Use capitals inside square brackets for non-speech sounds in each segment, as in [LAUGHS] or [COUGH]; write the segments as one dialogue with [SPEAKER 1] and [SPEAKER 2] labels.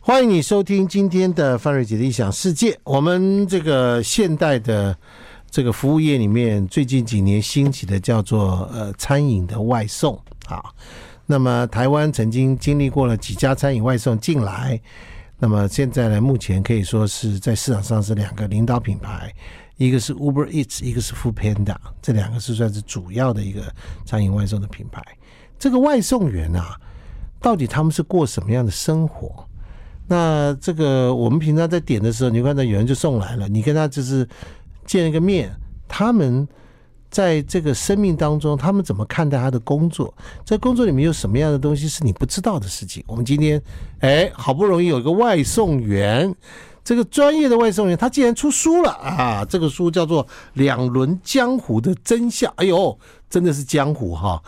[SPEAKER 1] 欢迎你收听今天的范瑞杰的异想世界。我们这个现代的这个服务业里面，最近几年兴起的叫做呃餐饮的外送啊。那么台湾曾经经历过了几家餐饮外送进来，那么现在呢，目前可以说是在市场上是两个领导品牌，一个是 Uber Eats，一个是 Food Panda，这两个是算是主要的一个餐饮外送的品牌。这个外送员啊，到底他们是过什么样的生活？那这个我们平常在点的时候，你会看到有人就送来了，你跟他就是见一个面，他们在这个生命当中，他们怎么看待他的工作？在工作里面有什么样的东西是你不知道的事情？我们今天哎，好不容易有一个外送员，这个专业的外送员，他竟然出书了啊！这个书叫做《两轮江湖的真相》。哎呦，真的是江湖哈、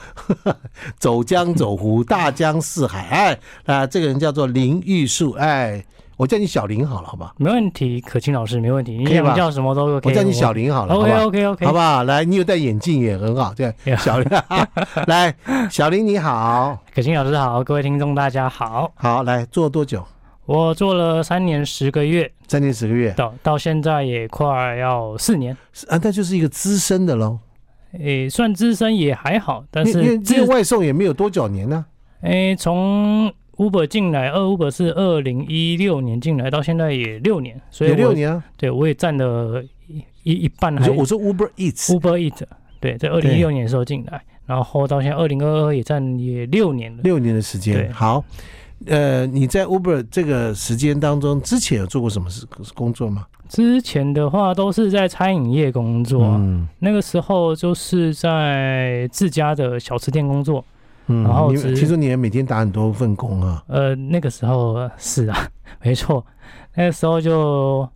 [SPEAKER 1] [LAUGHS] 走江走湖，大江四海。哎，啊，这个人叫做林玉树。哎，我叫你小林好了，好吧？
[SPEAKER 2] 没问题，可清老师没问题，你
[SPEAKER 1] 可以吧
[SPEAKER 2] 想叫什么都 OK。
[SPEAKER 1] 我叫你小林好了，好不
[SPEAKER 2] OK
[SPEAKER 1] 好？
[SPEAKER 2] OK OK，
[SPEAKER 1] 好不好？来，你有戴眼镜也很好，对，
[SPEAKER 2] Yeah
[SPEAKER 1] 小林， [LAUGHS] 来，小林你好，
[SPEAKER 2] 可清老师好，各位听众大家好。
[SPEAKER 1] 好，来做多久？
[SPEAKER 2] 我做了三年十个月，
[SPEAKER 1] 三年十个月，
[SPEAKER 2] 到到现在也快要四年，
[SPEAKER 1] 啊，那就是一个资深的喽。
[SPEAKER 2] 诶，算资深也还好，但
[SPEAKER 1] 因为因
[SPEAKER 2] 是
[SPEAKER 1] 为这个
[SPEAKER 2] 自
[SPEAKER 1] 外送也没有多久年呢、
[SPEAKER 2] 诶从 Uber 进来，二 Uber 是二零一六年进来，到现在也六年，所以
[SPEAKER 1] 有
[SPEAKER 2] 我
[SPEAKER 1] 六，年啊。
[SPEAKER 2] 对我也占了一一一半
[SPEAKER 1] 你
[SPEAKER 2] 还
[SPEAKER 1] 说我说 Uber Eats，
[SPEAKER 2] Uber Eat，对，在二零一六
[SPEAKER 1] 对
[SPEAKER 2] 年的时候进来，然后到现在二零二二也占也六年了。
[SPEAKER 1] 六年的时间。
[SPEAKER 2] 对
[SPEAKER 1] 好，呃，你在 Uber 这个时间当中，之前有做过什么事工作吗？
[SPEAKER 2] 之前的话都是在餐饮业工作，
[SPEAKER 1] 嗯
[SPEAKER 2] 那个时候就是在自家的小吃店工作。
[SPEAKER 1] 嗯
[SPEAKER 2] 然后
[SPEAKER 1] 你
[SPEAKER 2] 只
[SPEAKER 1] 听说你也每天打很多份工啊？
[SPEAKER 2] 呃，那个时候呃是啊，没错， [LAUGHS] 那个时候就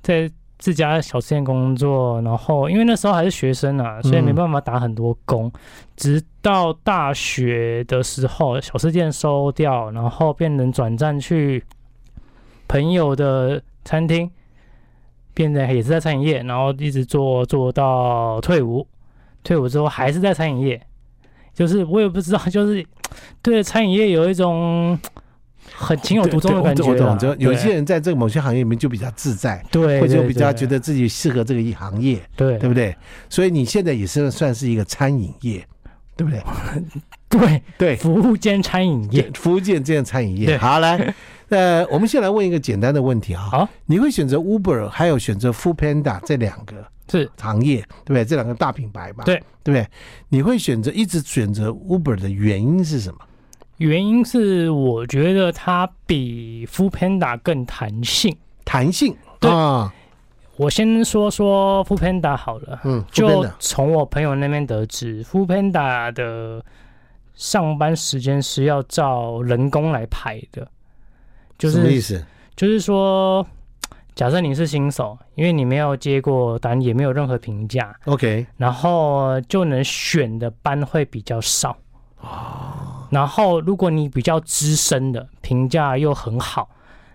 [SPEAKER 2] 在自家的小吃店工作，然后因为那时候还是学生啊，所以
[SPEAKER 1] 嗯
[SPEAKER 2] 没办法打很多工。直到大学的时候，小吃店收掉，然后变成转战去朋友的餐厅，变成也是在餐饮业，然后一直做做到退伍，退伍之后还是在餐饮业，就是我也不知道， [LAUGHS] 就是对餐饮业有一种很情有独钟的感觉
[SPEAKER 1] 对对我
[SPEAKER 2] 啦。
[SPEAKER 1] 懂就有些
[SPEAKER 2] 对
[SPEAKER 1] 人在这个某些行业里面就比较自在，
[SPEAKER 2] 对，
[SPEAKER 1] 或者
[SPEAKER 2] 对
[SPEAKER 1] 比较
[SPEAKER 2] 对
[SPEAKER 1] 觉得自己适合这个行业，
[SPEAKER 2] 对
[SPEAKER 1] 对不对？所以你现在也是算是一个餐饮业，对不对？
[SPEAKER 2] 对
[SPEAKER 1] 对，
[SPEAKER 2] 服务兼餐饮业，
[SPEAKER 1] 福建这样餐饮业。
[SPEAKER 2] 对
[SPEAKER 1] 好，来，呃，我们先来问一个简单的问题啊。
[SPEAKER 2] 好，
[SPEAKER 1] 你会选择 Uber 还有选择 Food Panda 这两个
[SPEAKER 2] 是
[SPEAKER 1] 行业，对不对？这两个大品牌嘛，
[SPEAKER 2] 对
[SPEAKER 1] 对不对？你会选择一直选择 Uber 的原因是什么？
[SPEAKER 2] 原因是我觉得它比 f o o Panda 更弹性。
[SPEAKER 1] 弹性
[SPEAKER 2] 对
[SPEAKER 1] 啊，
[SPEAKER 2] 我先说说 f o o Panda 好了，
[SPEAKER 1] 嗯，
[SPEAKER 2] 就
[SPEAKER 1] Foodpanda
[SPEAKER 2] 从我朋友那边得知 f o o Panda 的上班时间是要照人工来排的，就
[SPEAKER 1] 什么意
[SPEAKER 2] 是
[SPEAKER 1] 思？
[SPEAKER 2] 就是说，假设你是新手，因为你没有接过单，也没有任何评价，
[SPEAKER 1] OK，
[SPEAKER 2] 然后就能选的班会比较少。
[SPEAKER 1] 哦
[SPEAKER 2] 然后如果你比较资深的，评价又很好，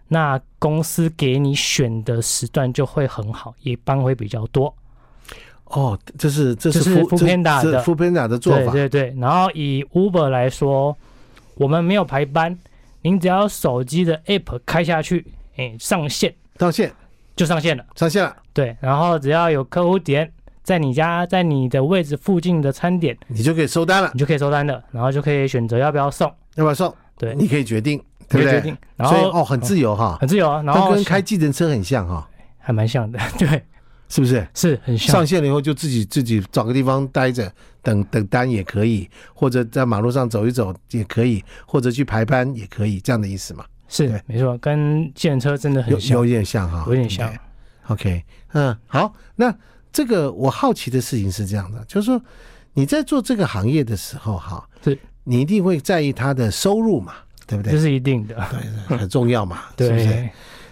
[SPEAKER 2] 那公司给你选的时段就会很好，也班会比较多。
[SPEAKER 1] 哦，这是这是
[SPEAKER 2] 这是
[SPEAKER 1] Food-
[SPEAKER 2] Foodpanda
[SPEAKER 1] 这是
[SPEAKER 2] 的
[SPEAKER 1] Foodpanda 的做法，
[SPEAKER 2] 对对对。然后以 Uber 来说，我们没有排班，您只要手机的 App 开下去，哎，上线
[SPEAKER 1] 上线
[SPEAKER 2] 就上线了。
[SPEAKER 1] 上线了，
[SPEAKER 2] 对，然后只要有客户点在你家，在你的位置附近的餐点，
[SPEAKER 1] 你就可以收单了，
[SPEAKER 2] 你就可以收单了，然后就可以选择要不要送。
[SPEAKER 1] 要不要送？
[SPEAKER 2] 对，
[SPEAKER 1] 你可以决定，嗯对
[SPEAKER 2] 可以决
[SPEAKER 1] 不对？
[SPEAKER 2] 定。然
[SPEAKER 1] 所以
[SPEAKER 2] 后
[SPEAKER 1] 哦，很自由哈，
[SPEAKER 2] 很自由啊，然
[SPEAKER 1] 它
[SPEAKER 2] 后
[SPEAKER 1] 跟开计程车很像哈，
[SPEAKER 2] 还蛮像的， [LAUGHS] 对，
[SPEAKER 1] 是不是？
[SPEAKER 2] 是很像。
[SPEAKER 1] 上线了以后就自己自己找个地方待着，等等单也可以，或者在马路上走一走也可以，或者去排班也可以，这样的意思嘛？对
[SPEAKER 2] 是没错，跟计程车真的
[SPEAKER 1] 有
[SPEAKER 2] 很像，
[SPEAKER 1] 有点像哈，
[SPEAKER 2] 有点像
[SPEAKER 1] 对。不对。OK，嗯，好，那这个我好奇的事情是这样的，就是说你在做这个行业的时候哈，
[SPEAKER 2] 是
[SPEAKER 1] 你一定会在意他的收入嘛，对不
[SPEAKER 2] 这
[SPEAKER 1] 对？
[SPEAKER 2] 是一定的。
[SPEAKER 1] 对，很重要 [LAUGHS] 嘛，是不是？
[SPEAKER 2] 对，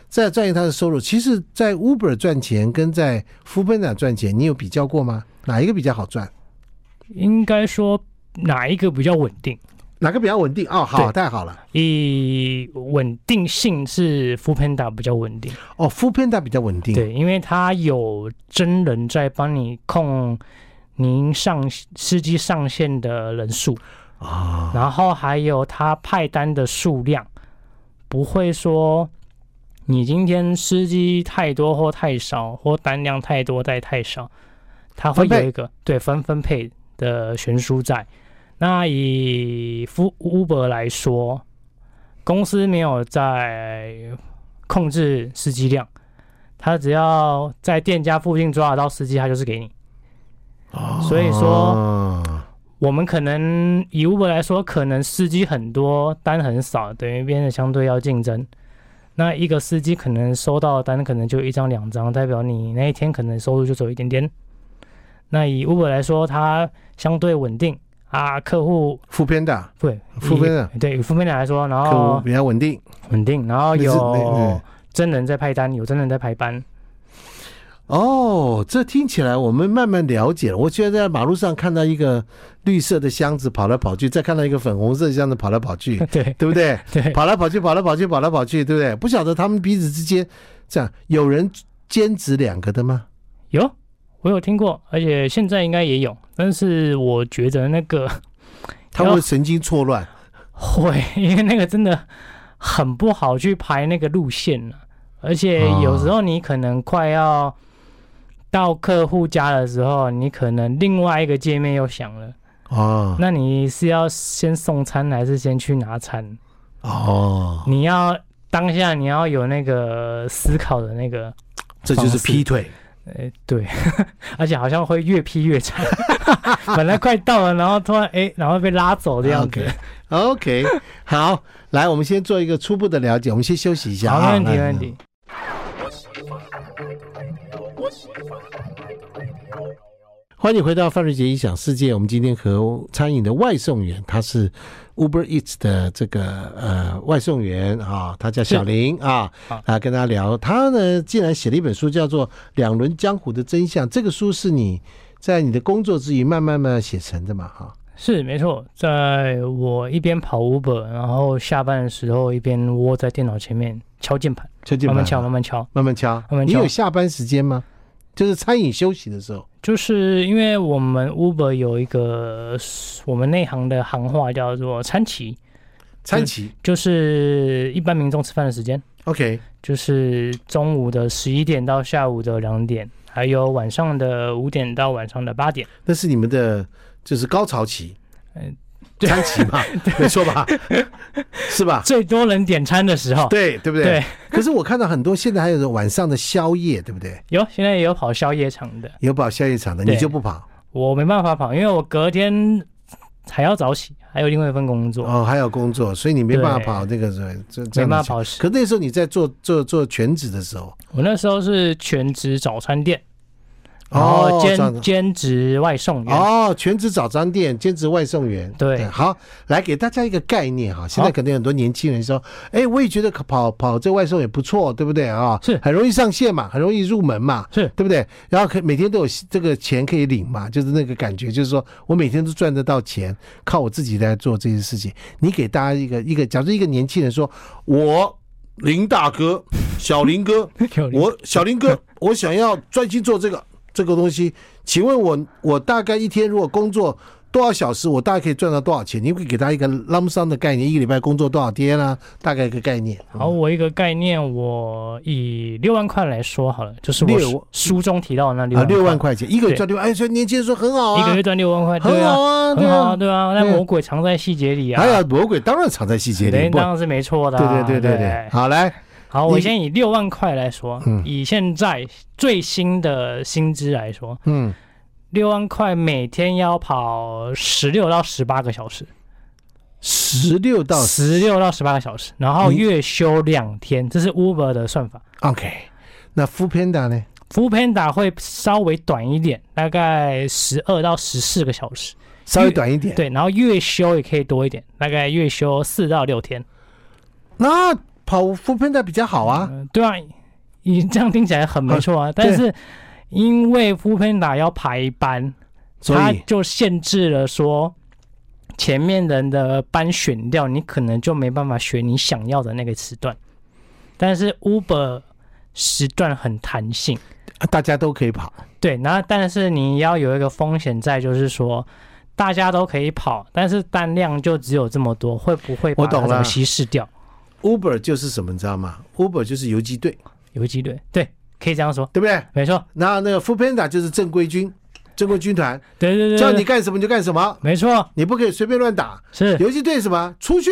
[SPEAKER 1] 在在意他的收入，其实，在 Uber 赚钱跟在 f o o p a n d a 赚钱，你有比较过吗？哪一个比较好赚？
[SPEAKER 2] 应该说哪一个比较稳定？
[SPEAKER 1] 哪个比较稳定？哦，好，
[SPEAKER 2] 对
[SPEAKER 1] 太好了。
[SPEAKER 2] 以稳定性是 f o o Panda 比较稳定，
[SPEAKER 1] 哦 f o o p a n d a 比较稳定。，
[SPEAKER 2] 对，因为它有真人在帮你控您上司机上线的人数，
[SPEAKER 1] 啊、
[SPEAKER 2] 然后还有他派单的数量，不会说你今天吃鸡太多或太少，或单量太多再太少，它会
[SPEAKER 1] 分配
[SPEAKER 2] 有一个对分分配的悬殊在。那以 Fu- Uber 来说，公司没有在控制司机量，他只要在店家附近抓得到司机，他就是给你。
[SPEAKER 1] 哦
[SPEAKER 2] 所以说，
[SPEAKER 1] 说
[SPEAKER 2] 我们可能以 Uber 来说，可能司机很多，单很少，等于变得相对要竞争。那一个司机可能收到的单可能就一张两张，代表你那一天可能收入就走一点点。那以 Uber 来说，它相对稳定啊，客户
[SPEAKER 1] 副偏的
[SPEAKER 2] 对
[SPEAKER 1] 副
[SPEAKER 2] 以
[SPEAKER 1] 边的
[SPEAKER 2] 对以副片来说，然
[SPEAKER 1] 客户
[SPEAKER 2] 后
[SPEAKER 1] 比较稳定。
[SPEAKER 2] 稳定，然后
[SPEAKER 1] 那是那
[SPEAKER 2] 有真人在派单，有真人在排班， [LAUGHS]
[SPEAKER 1] 哦，这听起来我们慢慢了解了。我觉得在马路上看到一个绿色的箱子跑来跑去，再看到一个粉红色的箱子跑来跑
[SPEAKER 2] [LAUGHS]
[SPEAKER 1] 去，
[SPEAKER 2] 对
[SPEAKER 1] 对不对？
[SPEAKER 2] 对
[SPEAKER 1] 跑来跑去，跑来跑去，跑来跑去，对不对？不晓得他们彼此之间这样，有人兼职两个的吗？
[SPEAKER 2] 有，我有听过，而且现在应该也有，但是我觉得那个
[SPEAKER 1] 他们会神经错乱。
[SPEAKER 2] 会， [LAUGHS] 因为那个真的很不好去排那个路线了、而且有时候你可能快要到客户家的时候，你可能另外一个界面又响了，
[SPEAKER 1] 哦
[SPEAKER 2] 那你是要先送餐还是先去拿餐？
[SPEAKER 1] 哦，
[SPEAKER 2] 你要当下你要有那个思考的那个，
[SPEAKER 1] 这就是劈腿。
[SPEAKER 2] 呃，对， [LAUGHS] 而且好像会越劈越长， [LAUGHS] 本来快到了，然后突然哎、然后被拉走这样子。
[SPEAKER 1] 啊 OK，好，来，我们先做一个初步的了解，我们先休息一下
[SPEAKER 2] 好，
[SPEAKER 1] 啊。
[SPEAKER 2] 没问题，
[SPEAKER 1] 来
[SPEAKER 2] 没问题。。
[SPEAKER 1] 欢迎回到范瑞杰音响世界。我们今天和餐饮的外送员，他是 Uber Eats 的这个呃外送员啊，他叫小林啊
[SPEAKER 2] 好，
[SPEAKER 1] 啊跟他聊。他呢竟然写了一本书，叫做《两轮江湖的真相》。这个书是你在你的工作之余慢慢慢慢写成的嘛？哈，
[SPEAKER 2] 是没错，在我一边跑 Uber，然后下班的时候一边窝在电脑前面敲键盘，
[SPEAKER 1] 敲键盘
[SPEAKER 2] 慢慢敲，慢慢敲。
[SPEAKER 1] 慢慢敲，
[SPEAKER 2] 慢慢敲
[SPEAKER 1] 你有下班时间吗？就是餐饮休息的时候。
[SPEAKER 2] 就是因为我们 Uber 有一个我们内行的行话叫做餐旗，
[SPEAKER 1] 餐旗
[SPEAKER 2] 就是一般民众吃饭的时间。
[SPEAKER 1] ，OK，
[SPEAKER 2] 就是中午的十一点到下午的两点，还有晚上的五点到晚上的八点。
[SPEAKER 1] 那是你们的就是高潮期，
[SPEAKER 2] 嗯对
[SPEAKER 1] 餐旗嘛，没错吧？是吧？
[SPEAKER 2] 最多人点餐的时候，
[SPEAKER 1] 对对不对？
[SPEAKER 2] 对
[SPEAKER 1] 可是我看到很多现在还有人晚上的宵夜，对不对？
[SPEAKER 2] 有现在也有跑宵夜场的，
[SPEAKER 1] 有跑宵夜场的，
[SPEAKER 2] 对
[SPEAKER 1] 你就不跑
[SPEAKER 2] 我没办法跑，因为我隔天还要早起，还有另外一份工作，
[SPEAKER 1] 哦，还有工作，所以你没办法
[SPEAKER 2] 对
[SPEAKER 1] 跑那个是这这
[SPEAKER 2] 没
[SPEAKER 1] 样
[SPEAKER 2] 办
[SPEAKER 1] 的
[SPEAKER 2] 法。跑。
[SPEAKER 1] 可那时候你在做做做全职的时候，
[SPEAKER 2] 我那时候是全职早餐店，然后
[SPEAKER 1] 哦这样
[SPEAKER 2] 兼
[SPEAKER 1] 子
[SPEAKER 2] 兼职外送 [LAUGHS] 员。
[SPEAKER 1] 哦，全职早餐店，兼职外送员。
[SPEAKER 2] 对
[SPEAKER 1] 好，来给大家一个概念哈。现在可能很多年轻人说，哎，我也觉得跑跑这外送也不错，对不对啊？
[SPEAKER 2] 是
[SPEAKER 1] 很容易上线嘛，很容易入门嘛，
[SPEAKER 2] 是
[SPEAKER 1] 对不对？然后可每天都有这个钱可以领嘛，就是那个感觉，就是说我每天都赚得到钱，靠我自己来做这些事情。你给大家一个一个，假如一个年轻人说，我林大哥，小林哥，
[SPEAKER 2] 有人
[SPEAKER 1] 我小林
[SPEAKER 2] [LAUGHS]
[SPEAKER 1] 哥，我想要专心做这个这个东西，请问我我大概一天如果工作多少小时，我大概可以赚到多少钱？你会给他一个 lump sum 的概念，一个礼拜工作多少天啊？大概一个概念。
[SPEAKER 2] 好，我一个概念，我以六万块来说好了，就是我
[SPEAKER 1] 六
[SPEAKER 2] 书书中提到的那六
[SPEAKER 1] 啊，
[SPEAKER 2] 万
[SPEAKER 1] 六万块钱一个月赚六万，哎，所以年轻人说很好
[SPEAKER 2] 一
[SPEAKER 1] 啊
[SPEAKER 2] 个，月赚六万块，对
[SPEAKER 1] 很
[SPEAKER 2] 啊
[SPEAKER 1] 好，啊，对
[SPEAKER 2] 很好啊，
[SPEAKER 1] 啊。
[SPEAKER 2] 对啊，那
[SPEAKER 1] 对
[SPEAKER 2] 魔鬼藏在细节里啊，
[SPEAKER 1] 还有魔鬼当然藏在细节里，
[SPEAKER 2] 对
[SPEAKER 1] 不，
[SPEAKER 2] 当然是没错的
[SPEAKER 1] 对
[SPEAKER 2] 啊，
[SPEAKER 1] 对对对对。好，来，
[SPEAKER 2] 好，我
[SPEAKER 1] 你
[SPEAKER 2] 先以六万块来说
[SPEAKER 1] 嗯，
[SPEAKER 2] 以现在最新的薪资来说，
[SPEAKER 1] 嗯，
[SPEAKER 2] 六万块每天要跑十六到十八个小时，
[SPEAKER 1] 十六到
[SPEAKER 2] 十六到十八个小时，然后月休两天，这是 Uber 的算法。
[SPEAKER 1] OK，那 f o o Panda 呢？
[SPEAKER 2] Food Panda 会稍微短一点，大概十二到十四个小时，
[SPEAKER 1] 稍微短一点，
[SPEAKER 2] 对，然后月休也可以多一点，大概月休四到六天。
[SPEAKER 1] 那跑 f o o Panda 比较好啊。
[SPEAKER 2] 嗯，对啊，你这样听起来很没错啊，但是因为 f o o p a n d a 要排班，
[SPEAKER 1] 所
[SPEAKER 2] 它
[SPEAKER 1] 以
[SPEAKER 2] 就限制了说前面人的班选掉，你可能就没办法选你想要的那个时段。但是 Uber 时段很弹性，
[SPEAKER 1] 啊大家都可以跑。
[SPEAKER 2] 对，然后但是你要有一个风险在，就是说。大家都可以跑，但是单量就只有这么多，会不会把
[SPEAKER 1] 我懂
[SPEAKER 2] 它
[SPEAKER 1] 了
[SPEAKER 2] 稀释掉？
[SPEAKER 1] Uber 就是什么，你知道吗？Uber 就是游击队，
[SPEAKER 2] 游击队，对，可以这样说，
[SPEAKER 1] 对不对？
[SPEAKER 2] 没错，
[SPEAKER 1] 那那个 f o o Panda 就是正规军，正规军团，
[SPEAKER 2] 对对对，
[SPEAKER 1] 叫
[SPEAKER 2] 对
[SPEAKER 1] 你，干什么就干什么，
[SPEAKER 2] 没错，
[SPEAKER 1] 你不可以随便乱打。
[SPEAKER 2] 是
[SPEAKER 1] 游击队什么？出去，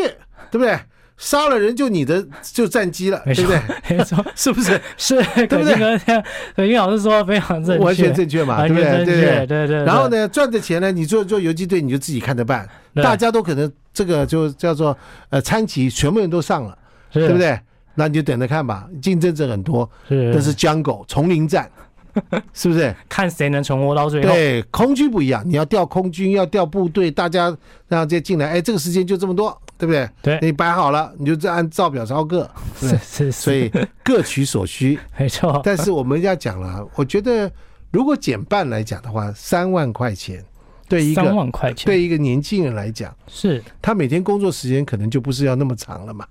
[SPEAKER 1] 对不对？杀了人就你的就战机了，
[SPEAKER 2] 没
[SPEAKER 1] 对
[SPEAKER 2] 错
[SPEAKER 1] 不对？
[SPEAKER 2] 没错，
[SPEAKER 1] 是不是
[SPEAKER 2] [LAUGHS] 是，
[SPEAKER 1] 对
[SPEAKER 2] 可
[SPEAKER 1] 不
[SPEAKER 2] 金
[SPEAKER 1] 对
[SPEAKER 2] 哥这样，可金老师说得非常正确，
[SPEAKER 1] [LAUGHS] 完全正确嘛？
[SPEAKER 2] 完
[SPEAKER 1] 对不对？
[SPEAKER 2] 全正
[SPEAKER 1] 对不
[SPEAKER 2] 确，对
[SPEAKER 1] 对？
[SPEAKER 2] 对对。
[SPEAKER 1] 然后呢，赚的钱呢，你做做游击队你就自己看着办，
[SPEAKER 2] 对？
[SPEAKER 1] 大家都可能这个就叫做呃参旗，全部人都上了，
[SPEAKER 2] 对
[SPEAKER 1] 对不？对？那你就等着看吧，竞争者很多，
[SPEAKER 2] 是，
[SPEAKER 1] 那是 jungle 丛林战，
[SPEAKER 2] [LAUGHS]
[SPEAKER 1] 是不是？
[SPEAKER 2] 看谁能存活到最后。
[SPEAKER 1] 对，空军不一样，你要调空军，要调部队，大家让这进来，哎，这个时间就这么多，对不对？
[SPEAKER 2] 对
[SPEAKER 1] 你摆好了，你就这按照表操课，对
[SPEAKER 2] 是是，是
[SPEAKER 1] 所以各取所需。
[SPEAKER 2] [LAUGHS] 没错，
[SPEAKER 1] 但是我们要讲了，我觉得如果减半来讲的话，三万块钱对一
[SPEAKER 2] 三
[SPEAKER 1] 个
[SPEAKER 2] 万块钱，
[SPEAKER 1] 对一个年轻人来讲，
[SPEAKER 2] 是，
[SPEAKER 1] 他每天工作时间可能就不是要那么长了嘛，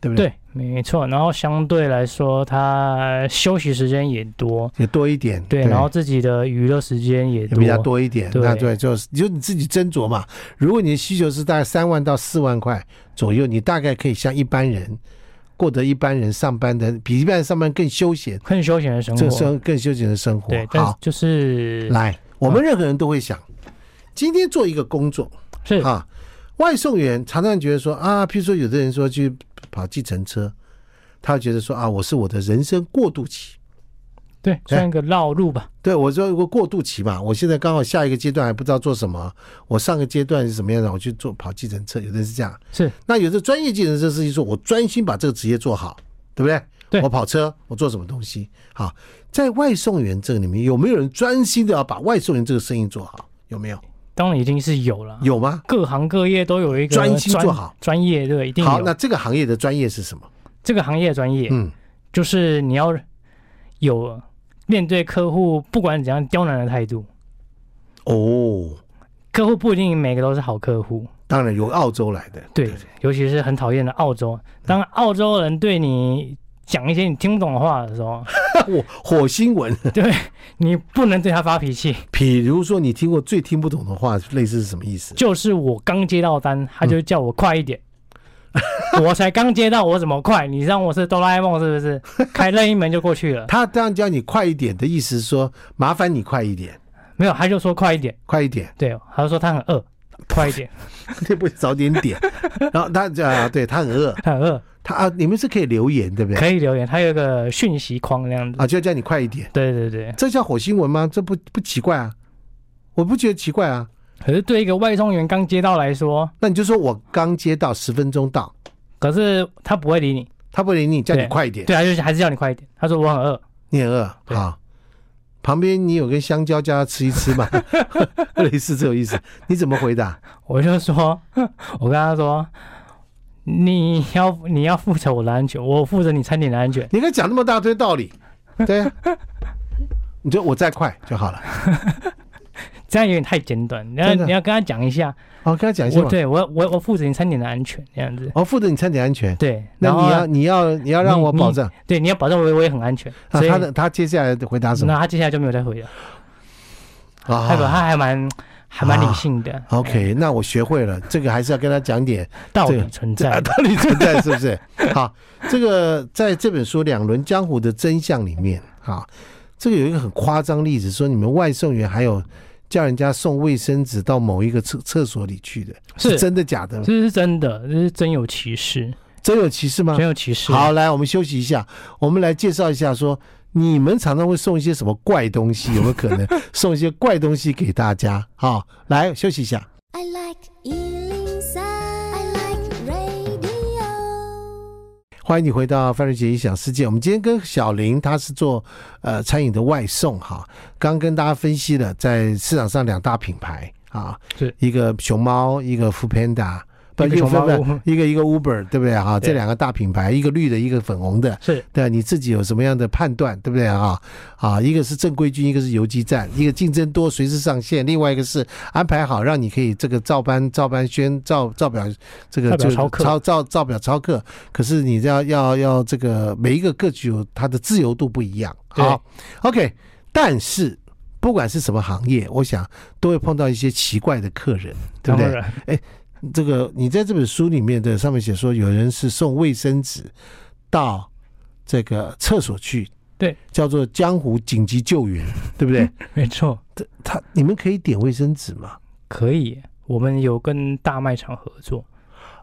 [SPEAKER 1] 对不对？
[SPEAKER 2] 对，没错。然后相对来说，他休息时间也多，
[SPEAKER 1] 也多一点，
[SPEAKER 2] 对，然后自己的娱乐时间也
[SPEAKER 1] 也比较多一点，
[SPEAKER 2] 对
[SPEAKER 1] 那对，就是你就你自己斟酌嘛。如果你的需求是大概三万到四万块左右，你大概可以像一般人过得一般人上班的，比一般人上班更休闲，
[SPEAKER 2] 更休闲的生
[SPEAKER 1] 这
[SPEAKER 2] 活。
[SPEAKER 1] 生更休闲的生活
[SPEAKER 2] 对，。但是
[SPEAKER 1] 好，
[SPEAKER 2] 就是
[SPEAKER 1] 来，我们任何人都会想，今天做一个工作
[SPEAKER 2] 是
[SPEAKER 1] 啊，外送员常常觉得说啊，譬如说有的人说去跑计程车，他觉得说啊，我是我的人生过渡期。
[SPEAKER 2] 对，算一个绕路吧。
[SPEAKER 1] 对，我说有个过渡期嘛，我现在刚好下一个阶段还不知道做什么，我上个阶段是什么样的，我去做跑计程车，有的是这样，
[SPEAKER 2] 是
[SPEAKER 1] 那有的专业计程车司机说，我专心把这个职业做好，对不对？
[SPEAKER 2] 对
[SPEAKER 1] 我跑车，我做什么东西？好，在外送员这个里面，有没有人专心的要把外送员这个生意做好？有没有？
[SPEAKER 2] 当然已经是有了，
[SPEAKER 1] 有吗？
[SPEAKER 2] 各行各业都有一个
[SPEAKER 1] 专心做好
[SPEAKER 2] 专业，对，一定
[SPEAKER 1] 好，
[SPEAKER 2] 有
[SPEAKER 1] 那这个行业的专业是什么？
[SPEAKER 2] 这个行业专业，
[SPEAKER 1] 嗯，
[SPEAKER 2] 就是你要有面对客户，不管怎样刁难的态度。
[SPEAKER 1] 哦，
[SPEAKER 2] 客户不一定每个都是好客户，
[SPEAKER 1] 当然有澳洲来的，
[SPEAKER 2] 对，尤其是很讨厌的澳洲。当澳洲人对你讲一些你听不懂的话的时候，
[SPEAKER 1] [LAUGHS] 我火星文， [LAUGHS]
[SPEAKER 2] 对你不能对他发脾气。
[SPEAKER 1] 比如说你听过最听不懂的话，类似是什么意思？
[SPEAKER 2] 就是我刚接到单，他就叫我快
[SPEAKER 1] [LAUGHS]
[SPEAKER 2] 一点。我才刚接到，我怎么快？你让我是哆啦 A 梦是不是？开任意门就过去了？
[SPEAKER 1] 他这样叫你快一点的意思是说，麻烦你快一点，
[SPEAKER 2] 没有，他就说快一点。
[SPEAKER 1] 快一点， [LAUGHS]
[SPEAKER 2] 对，他就说他很饿，快一点，
[SPEAKER 1] 你不早点
[SPEAKER 2] [LAUGHS]
[SPEAKER 1] 点。然后他啊，对他很饿，
[SPEAKER 2] 他很饿。
[SPEAKER 1] 他啊，你们是可以留言对不对？
[SPEAKER 2] 可以留言，它有一个讯息框那样子。
[SPEAKER 1] 啊，就要叫你快一点，
[SPEAKER 2] 对对对，
[SPEAKER 1] 这叫火星文吗？这不不奇怪啊，我不觉得奇怪啊。
[SPEAKER 2] 可是对一个外送员刚接到来说，
[SPEAKER 1] 那你就说我刚接到，十分钟到，
[SPEAKER 2] 可是他不会理你，
[SPEAKER 1] 他不理你，叫你
[SPEAKER 2] 对
[SPEAKER 1] 快一点，
[SPEAKER 2] 对，他啊就是还是叫你快一点。他说我很饿，
[SPEAKER 1] 你很饿
[SPEAKER 2] 对
[SPEAKER 1] 好，旁边你有根香蕉，叫他吃一吃
[SPEAKER 2] [LAUGHS]
[SPEAKER 1] 嘛，类似这种意思。你怎么回答？
[SPEAKER 2] 我就说， [LAUGHS] 我跟他说，你要你要负责我的安全，我负责你餐点的安全。
[SPEAKER 1] 你应该讲那么大堆道理，对啊、你就我再快就好了。
[SPEAKER 2] 这样有点太简短，你要
[SPEAKER 1] 真的
[SPEAKER 2] 你要跟他讲一下，
[SPEAKER 1] 好，哦跟他讲一下
[SPEAKER 2] 我
[SPEAKER 1] 嘛。
[SPEAKER 2] 对我我我负责你餐点的安全这样子。
[SPEAKER 1] 哦，负责你餐点安全。
[SPEAKER 2] 对，
[SPEAKER 1] 那
[SPEAKER 2] 然
[SPEAKER 1] 你
[SPEAKER 2] 后啊
[SPEAKER 1] 要你要你要让我保证，
[SPEAKER 2] 对你要保证我我也很安全，
[SPEAKER 1] 啊、
[SPEAKER 2] 所以
[SPEAKER 1] 他的他接下来的回答什么
[SPEAKER 2] 那他接下来就没有再回了。
[SPEAKER 1] 啊
[SPEAKER 2] 他他还蛮还哎蛮理性的。
[SPEAKER 1] ？OK，那我学会了，这个还是要跟他讲
[SPEAKER 2] [LAUGHS]
[SPEAKER 1] 点
[SPEAKER 2] 道
[SPEAKER 1] 这
[SPEAKER 2] 理
[SPEAKER 1] 个 [LAUGHS]
[SPEAKER 2] 存
[SPEAKER 1] 这
[SPEAKER 2] 在。
[SPEAKER 1] 道理存在，是不是？ [LAUGHS] 好，这个在这本书《两轮江湖的真相》里面啊，这个有一个很夸张例子，说你们外送员还有叫人家送卫生纸到某一个厕厕所里去的，
[SPEAKER 2] 是
[SPEAKER 1] 真的假的？
[SPEAKER 2] 这是真的，这是真有其事，
[SPEAKER 1] 真有其事吗
[SPEAKER 2] 真？有其事。
[SPEAKER 1] 啊好，来，我们休息一下，我们来介绍一下说，你们常常会送一些什么怪东西？有没有可
[SPEAKER 2] [LAUGHS]
[SPEAKER 1] 能送一些怪东西给大家？好，来休息一下。
[SPEAKER 3] I like Ealing Sound. I like radio.
[SPEAKER 1] 欢迎你回到范瑞杰异想世界。我们今天跟小林，他是做呃餐饮的外送哈，刚跟大家分析了在市场上两大品牌啊，
[SPEAKER 2] 是
[SPEAKER 1] 一个熊猫，一个 f o o Panda，不，
[SPEAKER 2] 一个熊猫
[SPEAKER 1] 不不
[SPEAKER 2] Uber
[SPEAKER 1] 一个一个 Uber，对不对啊？
[SPEAKER 2] 对
[SPEAKER 1] 这两个大品牌，一个绿的，一个粉红的，
[SPEAKER 2] 是
[SPEAKER 1] 对啊，你自己有什么样的判断，对不对啊？啊，一个是正规军，一个是游击战，一个竞争多，随时上线；另外一个是安排好，让你可以这个照搬、照搬宣、照照表这个
[SPEAKER 2] 照表
[SPEAKER 1] 就是
[SPEAKER 2] 操课
[SPEAKER 1] 抄照照表操课。可是你要要要这个每一个各具有它的自由度不一样。好，OK，但是不管是什么行业，我想都会碰到一些奇怪的客人，对不
[SPEAKER 2] 当
[SPEAKER 1] 对？
[SPEAKER 2] 然
[SPEAKER 1] 这个你在这本书里面的上面写说，有人是送卫生纸到这个厕所去，
[SPEAKER 2] 对，嗯
[SPEAKER 1] 叫做江湖紧急救援，对不对？
[SPEAKER 2] [LAUGHS] 没错，
[SPEAKER 1] 这他你们可以点卫生纸吗？
[SPEAKER 2] 可以。我们有跟大卖场合作，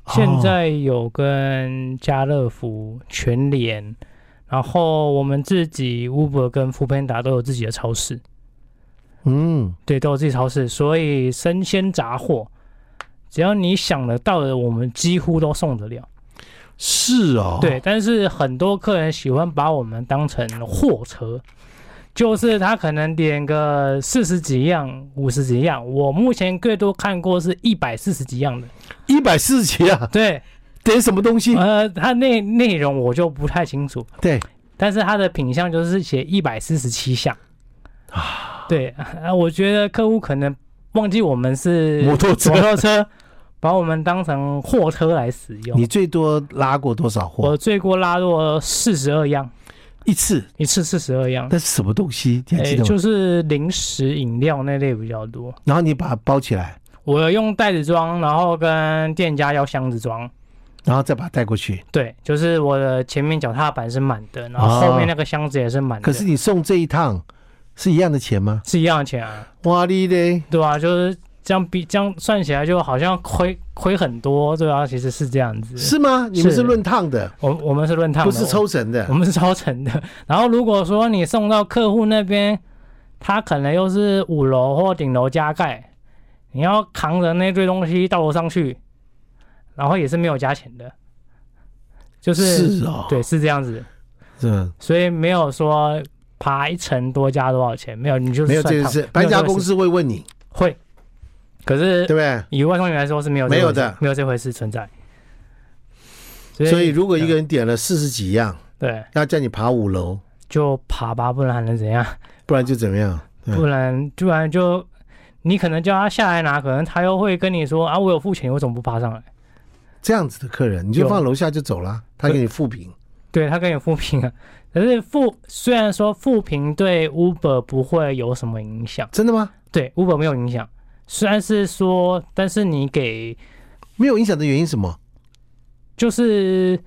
[SPEAKER 1] 哦
[SPEAKER 2] 现在有跟家乐福、全联，然后我们自己 Uber 跟 f o o p a n d a 都有自己的超市，
[SPEAKER 1] 嗯，
[SPEAKER 2] 对，都有自己超市，所以生鲜杂货，只要你想得到的，我们几乎都送得了。
[SPEAKER 1] 是哦，
[SPEAKER 2] 对，，但是很多客人喜欢把我们当成货车，就是他可能点个四十几样、五十几样，我目前最多看过是一百四十几样的。
[SPEAKER 1] 一百四十集啊，
[SPEAKER 2] 对，
[SPEAKER 1] 点什么东西？
[SPEAKER 2] 呃，它内内容我就不太清楚，
[SPEAKER 1] 对，
[SPEAKER 2] 但是它的品相就是写一百四十七项啊。对，啊，我觉得客户可能忘记我们是
[SPEAKER 1] 摩托车
[SPEAKER 2] 摩托车，把我们当成货车来使用
[SPEAKER 1] 你。最多拉过多少货？
[SPEAKER 2] 我最多拉过四十二样，
[SPEAKER 1] 一次，
[SPEAKER 2] 一次四十二样。
[SPEAKER 1] 那是什么东西？你还
[SPEAKER 2] 诶
[SPEAKER 1] 记得吗？
[SPEAKER 2] 哎就是零食饮料那类比较多。
[SPEAKER 1] 然后你把它包起来，
[SPEAKER 2] 我用袋子装，然后跟店家要箱子装。
[SPEAKER 1] 然后再把它带过去。
[SPEAKER 2] 对，就是我的前面脚踏板是满的，然后后面那个箱子也是满的。
[SPEAKER 1] 可是你送这一趟是一样的钱吗？
[SPEAKER 2] 是一样的钱啊，
[SPEAKER 1] 哇哩嘞！
[SPEAKER 2] 对吧、就是这样比这样算起来，就好像亏亏很多，对啊，其实是这样子。
[SPEAKER 1] 是吗？你们
[SPEAKER 2] 是
[SPEAKER 1] 是论趟的，
[SPEAKER 2] 我我们是论趟
[SPEAKER 1] 不
[SPEAKER 2] 的，
[SPEAKER 1] 是抽成的
[SPEAKER 2] [LAUGHS] 我，们是抽成的。然后如果说你送到客户那边，他可能又是五楼或顶楼加盖，你要扛着那堆东西到楼上去，然后也是没有加钱的，就是
[SPEAKER 1] 是哦，
[SPEAKER 2] 对，是这样子，
[SPEAKER 1] 嗯，
[SPEAKER 2] 所以没有说爬一层多加多少钱，没有，你就是
[SPEAKER 1] 没有这
[SPEAKER 2] 算
[SPEAKER 1] 件
[SPEAKER 2] 趟
[SPEAKER 1] 事，
[SPEAKER 2] 没
[SPEAKER 1] 搬
[SPEAKER 2] 有
[SPEAKER 1] 家
[SPEAKER 2] 这回
[SPEAKER 1] 公
[SPEAKER 2] 事
[SPEAKER 1] 司会问你，
[SPEAKER 2] 会，可
[SPEAKER 1] 对
[SPEAKER 2] 是
[SPEAKER 1] 不对？
[SPEAKER 2] 以外送员来说是没有这
[SPEAKER 1] 没有
[SPEAKER 2] 回事
[SPEAKER 1] 的
[SPEAKER 2] 没有这回事存在。
[SPEAKER 1] 所以如果一个人点了四十几样，
[SPEAKER 2] 对，
[SPEAKER 1] 要叫你爬五楼，
[SPEAKER 2] 就爬吧，不然还能怎样？
[SPEAKER 1] 不然就怎么样？对
[SPEAKER 2] 不然不然就你可能叫他下来拿，可能他又会跟你说啊，我有付钱，你为什么不爬上来？
[SPEAKER 1] 这样子的客人，你就
[SPEAKER 2] 有
[SPEAKER 1] 放楼下就走了，他给你复评。
[SPEAKER 2] 对他跟你复评啊， [LAUGHS] 可是复虽然说复评对 Uber 不会有什么影响，
[SPEAKER 1] 真的吗？
[SPEAKER 2] 对 Uber 没有影响，虽然是说，但是你给
[SPEAKER 1] 没有影响的原因是什么？
[SPEAKER 2] 就是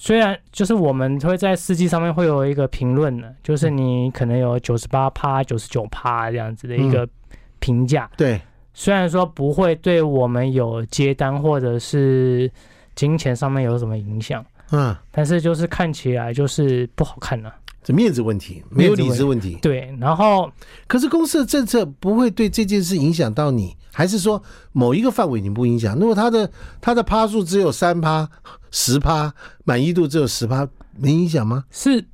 [SPEAKER 2] 虽然就是我们会在司机上面会有一个评论呢，就是你可能有九十八趴、九十九趴这样子的一个评价，
[SPEAKER 1] 对，
[SPEAKER 2] 虽然说不会对我们有接单或者是金钱上面有什么影响，
[SPEAKER 1] 嗯，
[SPEAKER 2] 但是就是看起来就是不好看了、啊
[SPEAKER 1] 这面子问题，没有理智问题。
[SPEAKER 2] 对，然后
[SPEAKER 1] 可是公司的政策不会对这件事影响到你，还是说某一个范围你不影响？如果他的他的趴数只有三趴、十趴，满意度只有十趴，没影响吗？
[SPEAKER 2] 是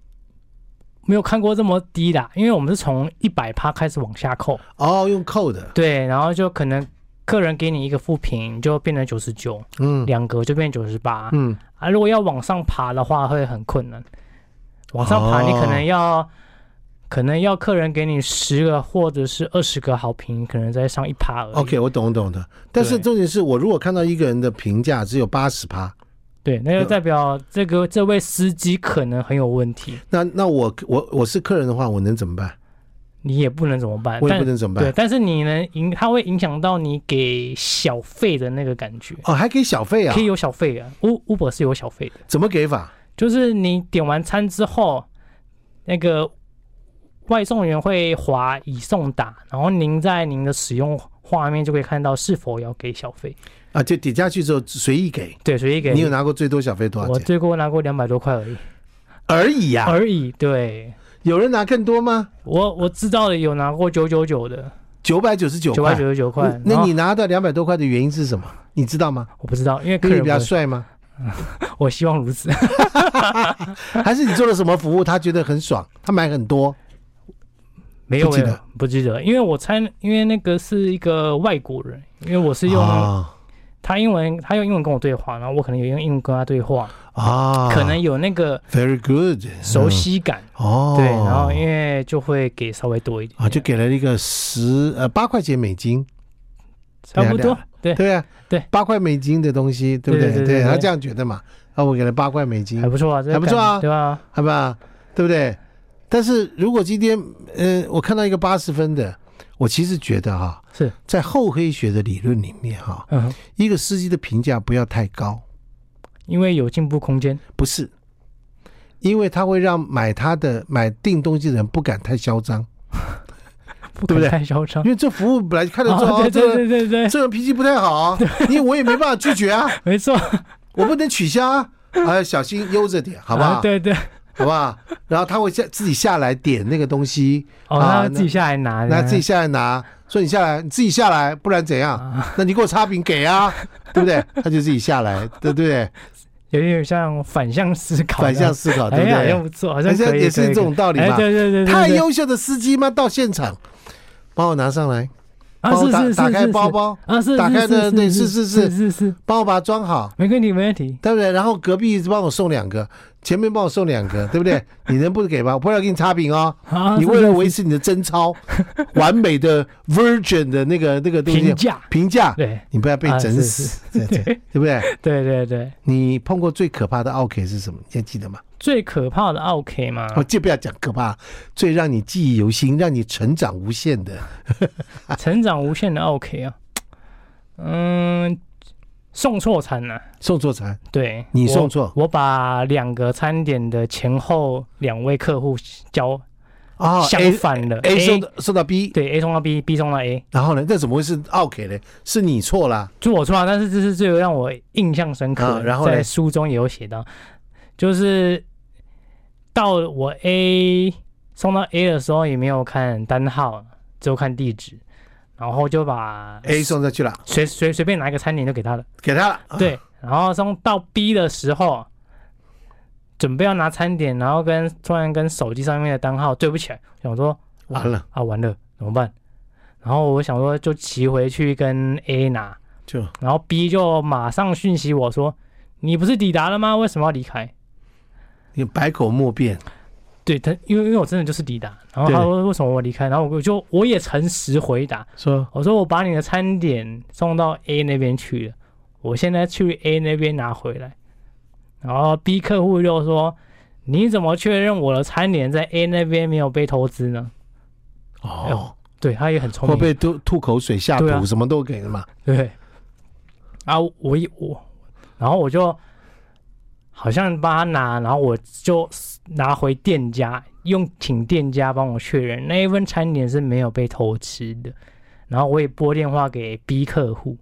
[SPEAKER 2] 没有看过这么低的啊，因为我们是从一百趴开始往下扣，
[SPEAKER 1] 哦，用扣的，
[SPEAKER 2] 对，然后就可能客人给你一个负评就变成九十九，
[SPEAKER 1] 嗯
[SPEAKER 2] 两格就变九十八
[SPEAKER 1] 嗯，
[SPEAKER 2] 啊，如果要往上爬的话会很困难，往上爬你可
[SPEAKER 1] 哦
[SPEAKER 2] 能要。可能要客人给你十个或者是二十个好评，可能再上一趴而已。
[SPEAKER 1] OK，我懂我懂的。但是
[SPEAKER 2] 对
[SPEAKER 1] 重点是我如果看到一个人的评价只有八十趴，
[SPEAKER 2] 对，那就代表这个这位司机可能很有问题，
[SPEAKER 1] 那那我我我是客人的话，我能怎么办？
[SPEAKER 2] 你也不能怎么办。
[SPEAKER 1] 我也
[SPEAKER 2] 呃
[SPEAKER 1] 不
[SPEAKER 2] 但
[SPEAKER 1] 能怎么
[SPEAKER 2] 对，
[SPEAKER 1] 办。
[SPEAKER 2] 但是你能影，它会影响到你给小费的那个感觉，
[SPEAKER 1] 哦，还给小费啊
[SPEAKER 2] 可？以有小费啊。乌 Uber 是有小费的，
[SPEAKER 1] 怎么给法？
[SPEAKER 2] 就是你点完餐之后，那个外送员会划已送达，然后您在您的使用画面就可以看到是否要给小费。
[SPEAKER 1] 啊，就抵下去之后随意给。
[SPEAKER 2] 对，随意给。
[SPEAKER 1] 你有拿过最多小费多少
[SPEAKER 2] 我
[SPEAKER 1] 钱？啊
[SPEAKER 2] 最多拿过两百多块而已，
[SPEAKER 1] 而已呀、
[SPEAKER 2] 而已。对
[SPEAKER 1] 有人拿更多吗？
[SPEAKER 2] 我我知道的有拿过九九九的。
[SPEAKER 1] 九百九十九
[SPEAKER 2] 九
[SPEAKER 1] 块
[SPEAKER 2] 百。九十九块
[SPEAKER 1] 嗯。那
[SPEAKER 2] 然后
[SPEAKER 1] 你拿到两百多块的原因是什么？你知道吗？
[SPEAKER 2] 我不知道，因为客
[SPEAKER 1] 因为
[SPEAKER 2] 人
[SPEAKER 1] 你比较
[SPEAKER 2] 不会
[SPEAKER 1] 帅
[SPEAKER 2] [LAUGHS]
[SPEAKER 1] 吗？
[SPEAKER 2] 我希望如此。
[SPEAKER 1] 还是你做了什么服务，他觉得很爽，他买很多？
[SPEAKER 2] 没有
[SPEAKER 1] 不
[SPEAKER 2] 没
[SPEAKER 1] 记
[SPEAKER 2] 有
[SPEAKER 1] 得
[SPEAKER 2] 不记得，因为我猜，因为那个是一个外国人，因为我是用、
[SPEAKER 1] 啊
[SPEAKER 2] 他英文，他用英文跟我对话，然后我可能也用英文跟他对话，
[SPEAKER 1] 啊，
[SPEAKER 2] 可能有那个
[SPEAKER 1] very good 嗯
[SPEAKER 2] 熟悉感。
[SPEAKER 1] 哦，
[SPEAKER 2] 对，然后因为就会给稍微多一点
[SPEAKER 1] 啊，就给了一个十呃八块钱美金，
[SPEAKER 2] 差不多
[SPEAKER 1] 两。
[SPEAKER 2] 对，
[SPEAKER 1] 对啊，
[SPEAKER 2] 对
[SPEAKER 1] 八块美金的东西，对不
[SPEAKER 2] 对对对对
[SPEAKER 1] 他
[SPEAKER 2] 对
[SPEAKER 1] 这样觉得嘛，啊，我给了八块美金
[SPEAKER 2] 还，不错啊，这个
[SPEAKER 1] 还不错啊
[SPEAKER 2] 感对吧？
[SPEAKER 1] 好吧，对不对？但是如果今天呃我看到一个八十分的，我其实觉得哈、
[SPEAKER 2] 是
[SPEAKER 1] 在厚黑学的理论里面哈、
[SPEAKER 2] 嗯哼，
[SPEAKER 1] 一个司机的评价不要太高，
[SPEAKER 2] 因为有进步空间。 [LAUGHS]
[SPEAKER 1] 不是，因为他会让买他的买订东西的人不敢太嚣张，
[SPEAKER 2] 不
[SPEAKER 1] 对不对
[SPEAKER 2] 敢太嚣张
[SPEAKER 1] 因。为这服务本来就看得出
[SPEAKER 2] 哦
[SPEAKER 1] 哦，
[SPEAKER 2] 对
[SPEAKER 1] 这
[SPEAKER 2] 对
[SPEAKER 1] 个
[SPEAKER 2] 对对 [LAUGHS] 对，
[SPEAKER 1] 这个人脾气不太好
[SPEAKER 2] [LAUGHS]
[SPEAKER 1] 啊，因为我也没办法拒绝啊，
[SPEAKER 2] 没错，
[SPEAKER 1] 我不能取消啊，啊，小心悠着点， [LAUGHS] 好不
[SPEAKER 2] 啊
[SPEAKER 1] 好？
[SPEAKER 2] 对对，
[SPEAKER 1] 好不好？然后他会下自己下来点那个东西，
[SPEAKER 2] 哦，
[SPEAKER 1] 啊
[SPEAKER 2] 他自己下来拿，
[SPEAKER 1] 那自己下来拿，说你下来，你自己下来，不然怎样？
[SPEAKER 2] 啊，
[SPEAKER 1] 那你给我差评给啊，对不对？他就自己下来，对不对？
[SPEAKER 2] 有点像反向思考的，
[SPEAKER 1] 反向思考，对
[SPEAKER 2] 哎
[SPEAKER 1] 不
[SPEAKER 2] 呀，好像
[SPEAKER 1] 对？
[SPEAKER 2] 不错，好像
[SPEAKER 1] 人家
[SPEAKER 2] 可以，
[SPEAKER 1] 也是
[SPEAKER 2] 可以
[SPEAKER 1] 这种道理
[SPEAKER 2] 哎，
[SPEAKER 1] 嘛。
[SPEAKER 2] 对对对，对
[SPEAKER 1] 太
[SPEAKER 2] 对
[SPEAKER 1] 优秀的司机吗？到现场，帮我拿上来，
[SPEAKER 2] 啊，
[SPEAKER 1] 帮
[SPEAKER 2] 是
[SPEAKER 1] 我打
[SPEAKER 2] 是是
[SPEAKER 1] 打开
[SPEAKER 2] 是
[SPEAKER 1] 包
[SPEAKER 2] 是
[SPEAKER 1] 包，
[SPEAKER 2] 啊，是
[SPEAKER 1] 打
[SPEAKER 2] 是
[SPEAKER 1] 开
[SPEAKER 2] 是
[SPEAKER 1] 的对
[SPEAKER 2] 是
[SPEAKER 1] 是是
[SPEAKER 2] 是是是，
[SPEAKER 1] 帮我把它装好，
[SPEAKER 2] 没问题没问题，
[SPEAKER 1] 对不对？然后隔壁帮我送两个，前面帮我送两
[SPEAKER 2] [LAUGHS]
[SPEAKER 1] 个，对不对？你能不给吗？我不要给你差评哦。
[SPEAKER 2] 啊，
[SPEAKER 1] 你
[SPEAKER 2] 是
[SPEAKER 1] 为了
[SPEAKER 2] 是
[SPEAKER 1] 维
[SPEAKER 2] 是
[SPEAKER 1] 持你的贞
[SPEAKER 2] [LAUGHS]
[SPEAKER 1] 操，完美的 virgin 的那个那个东西
[SPEAKER 2] 评价，
[SPEAKER 1] 评价，
[SPEAKER 2] 对
[SPEAKER 1] 你不要被
[SPEAKER 2] 啊
[SPEAKER 1] 整
[SPEAKER 2] 是
[SPEAKER 1] 死，对
[SPEAKER 2] [LAUGHS] 对
[SPEAKER 1] 对对不对？
[SPEAKER 2] 对对对，
[SPEAKER 1] 你碰过最可怕的 OK 是什么？你还记得吗？
[SPEAKER 2] 最可怕的 OK 嘛，
[SPEAKER 1] 哦，就不要讲可怕，最让你记忆犹新、让你成长无限的
[SPEAKER 2] 成长无限的 OK 啊，嗯，送错餐了，
[SPEAKER 1] 送错餐，
[SPEAKER 2] 对
[SPEAKER 1] 你送
[SPEAKER 2] 我
[SPEAKER 1] 错
[SPEAKER 2] 我把两个餐点的前后两位客户交
[SPEAKER 1] 啊
[SPEAKER 2] 相
[SPEAKER 1] A
[SPEAKER 2] 反了
[SPEAKER 1] A 送到送到 B，
[SPEAKER 2] 对 A 送到 B，B 送到 A，
[SPEAKER 1] 然后呢？那怎么会是 OK 呢？是你错啦，
[SPEAKER 2] 就我错了，啊但是这是最让我印象深刻的。
[SPEAKER 1] 啊然后嘞
[SPEAKER 2] 在书中也有写到，就是到我 A 送到 A 的时候，也没有看单号，只有看地址，然后就把
[SPEAKER 1] A 送上去了，
[SPEAKER 2] 随随随便拿一个餐点就给他了。
[SPEAKER 1] 给他了。啊，
[SPEAKER 2] 对，然后送到 B 的时候，准备要拿餐点，然后跟突然跟手机上面的单号对不起来，想说
[SPEAKER 1] 完了
[SPEAKER 2] 啊完了怎么办？然后我想说就骑回去跟 A 拿，
[SPEAKER 1] 就
[SPEAKER 2] 然后 B 就马上讯息我说：“你不是抵达了吗？为什么要离开
[SPEAKER 1] 你百口莫辩，？”
[SPEAKER 2] 对他，因为因为我真的就是抵达，然后他
[SPEAKER 1] 对
[SPEAKER 2] 说为什么我离开，然后我就我也诚实回答，
[SPEAKER 1] 说
[SPEAKER 2] 我说我把你的餐点送到 A 那边去了，我现在去 A 那边拿回来。然后 B 客户就说：“你怎么确认我的餐点在 A 那边没有被投资呢哎
[SPEAKER 1] 哦
[SPEAKER 2] 呦。对，他也很聪
[SPEAKER 1] 会
[SPEAKER 2] 明，
[SPEAKER 1] 被吐吐口水、下
[SPEAKER 2] 对啊
[SPEAKER 1] 毒，什么都给了嘛。
[SPEAKER 2] 对，啊，我一我，然后我就好像帮他拿，然后我就拿回店家，用请店家帮我确认那一份餐点是没有被偷吃的，然后我也拨电话给 B 客户，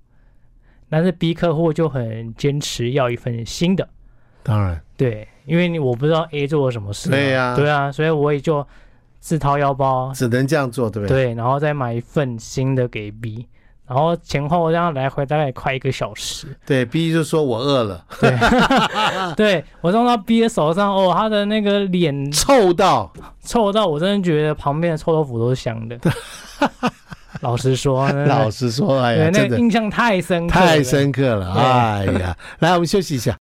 [SPEAKER 2] 但是 B 客户就很坚持要一份新的，
[SPEAKER 1] 当然，
[SPEAKER 2] 对，因为你我不知道 A 做了什么事嘛、
[SPEAKER 1] 对呀
[SPEAKER 2] 对啊，所以我也就自掏腰包
[SPEAKER 1] 只能这样做，对不对？
[SPEAKER 2] 对，然后再买一份新的给 B，然后前后这样来回大概快一个小时。
[SPEAKER 1] 对，B 就说我饿了， [LAUGHS]
[SPEAKER 2] [LAUGHS] 对我送到 B 的手上，哦，他的那个脸
[SPEAKER 1] 臭到
[SPEAKER 2] 臭到我真的觉得旁边的臭豆腐都是香的。老实说，那
[SPEAKER 1] 老实说，哎
[SPEAKER 2] 对
[SPEAKER 1] 呀，
[SPEAKER 2] 那
[SPEAKER 1] 真
[SPEAKER 2] 个
[SPEAKER 1] 的
[SPEAKER 2] 印象太深刻了，
[SPEAKER 1] 太深刻了，
[SPEAKER 2] 对
[SPEAKER 1] 哎
[SPEAKER 2] [LAUGHS]
[SPEAKER 1] 呀，来，我们休息一下。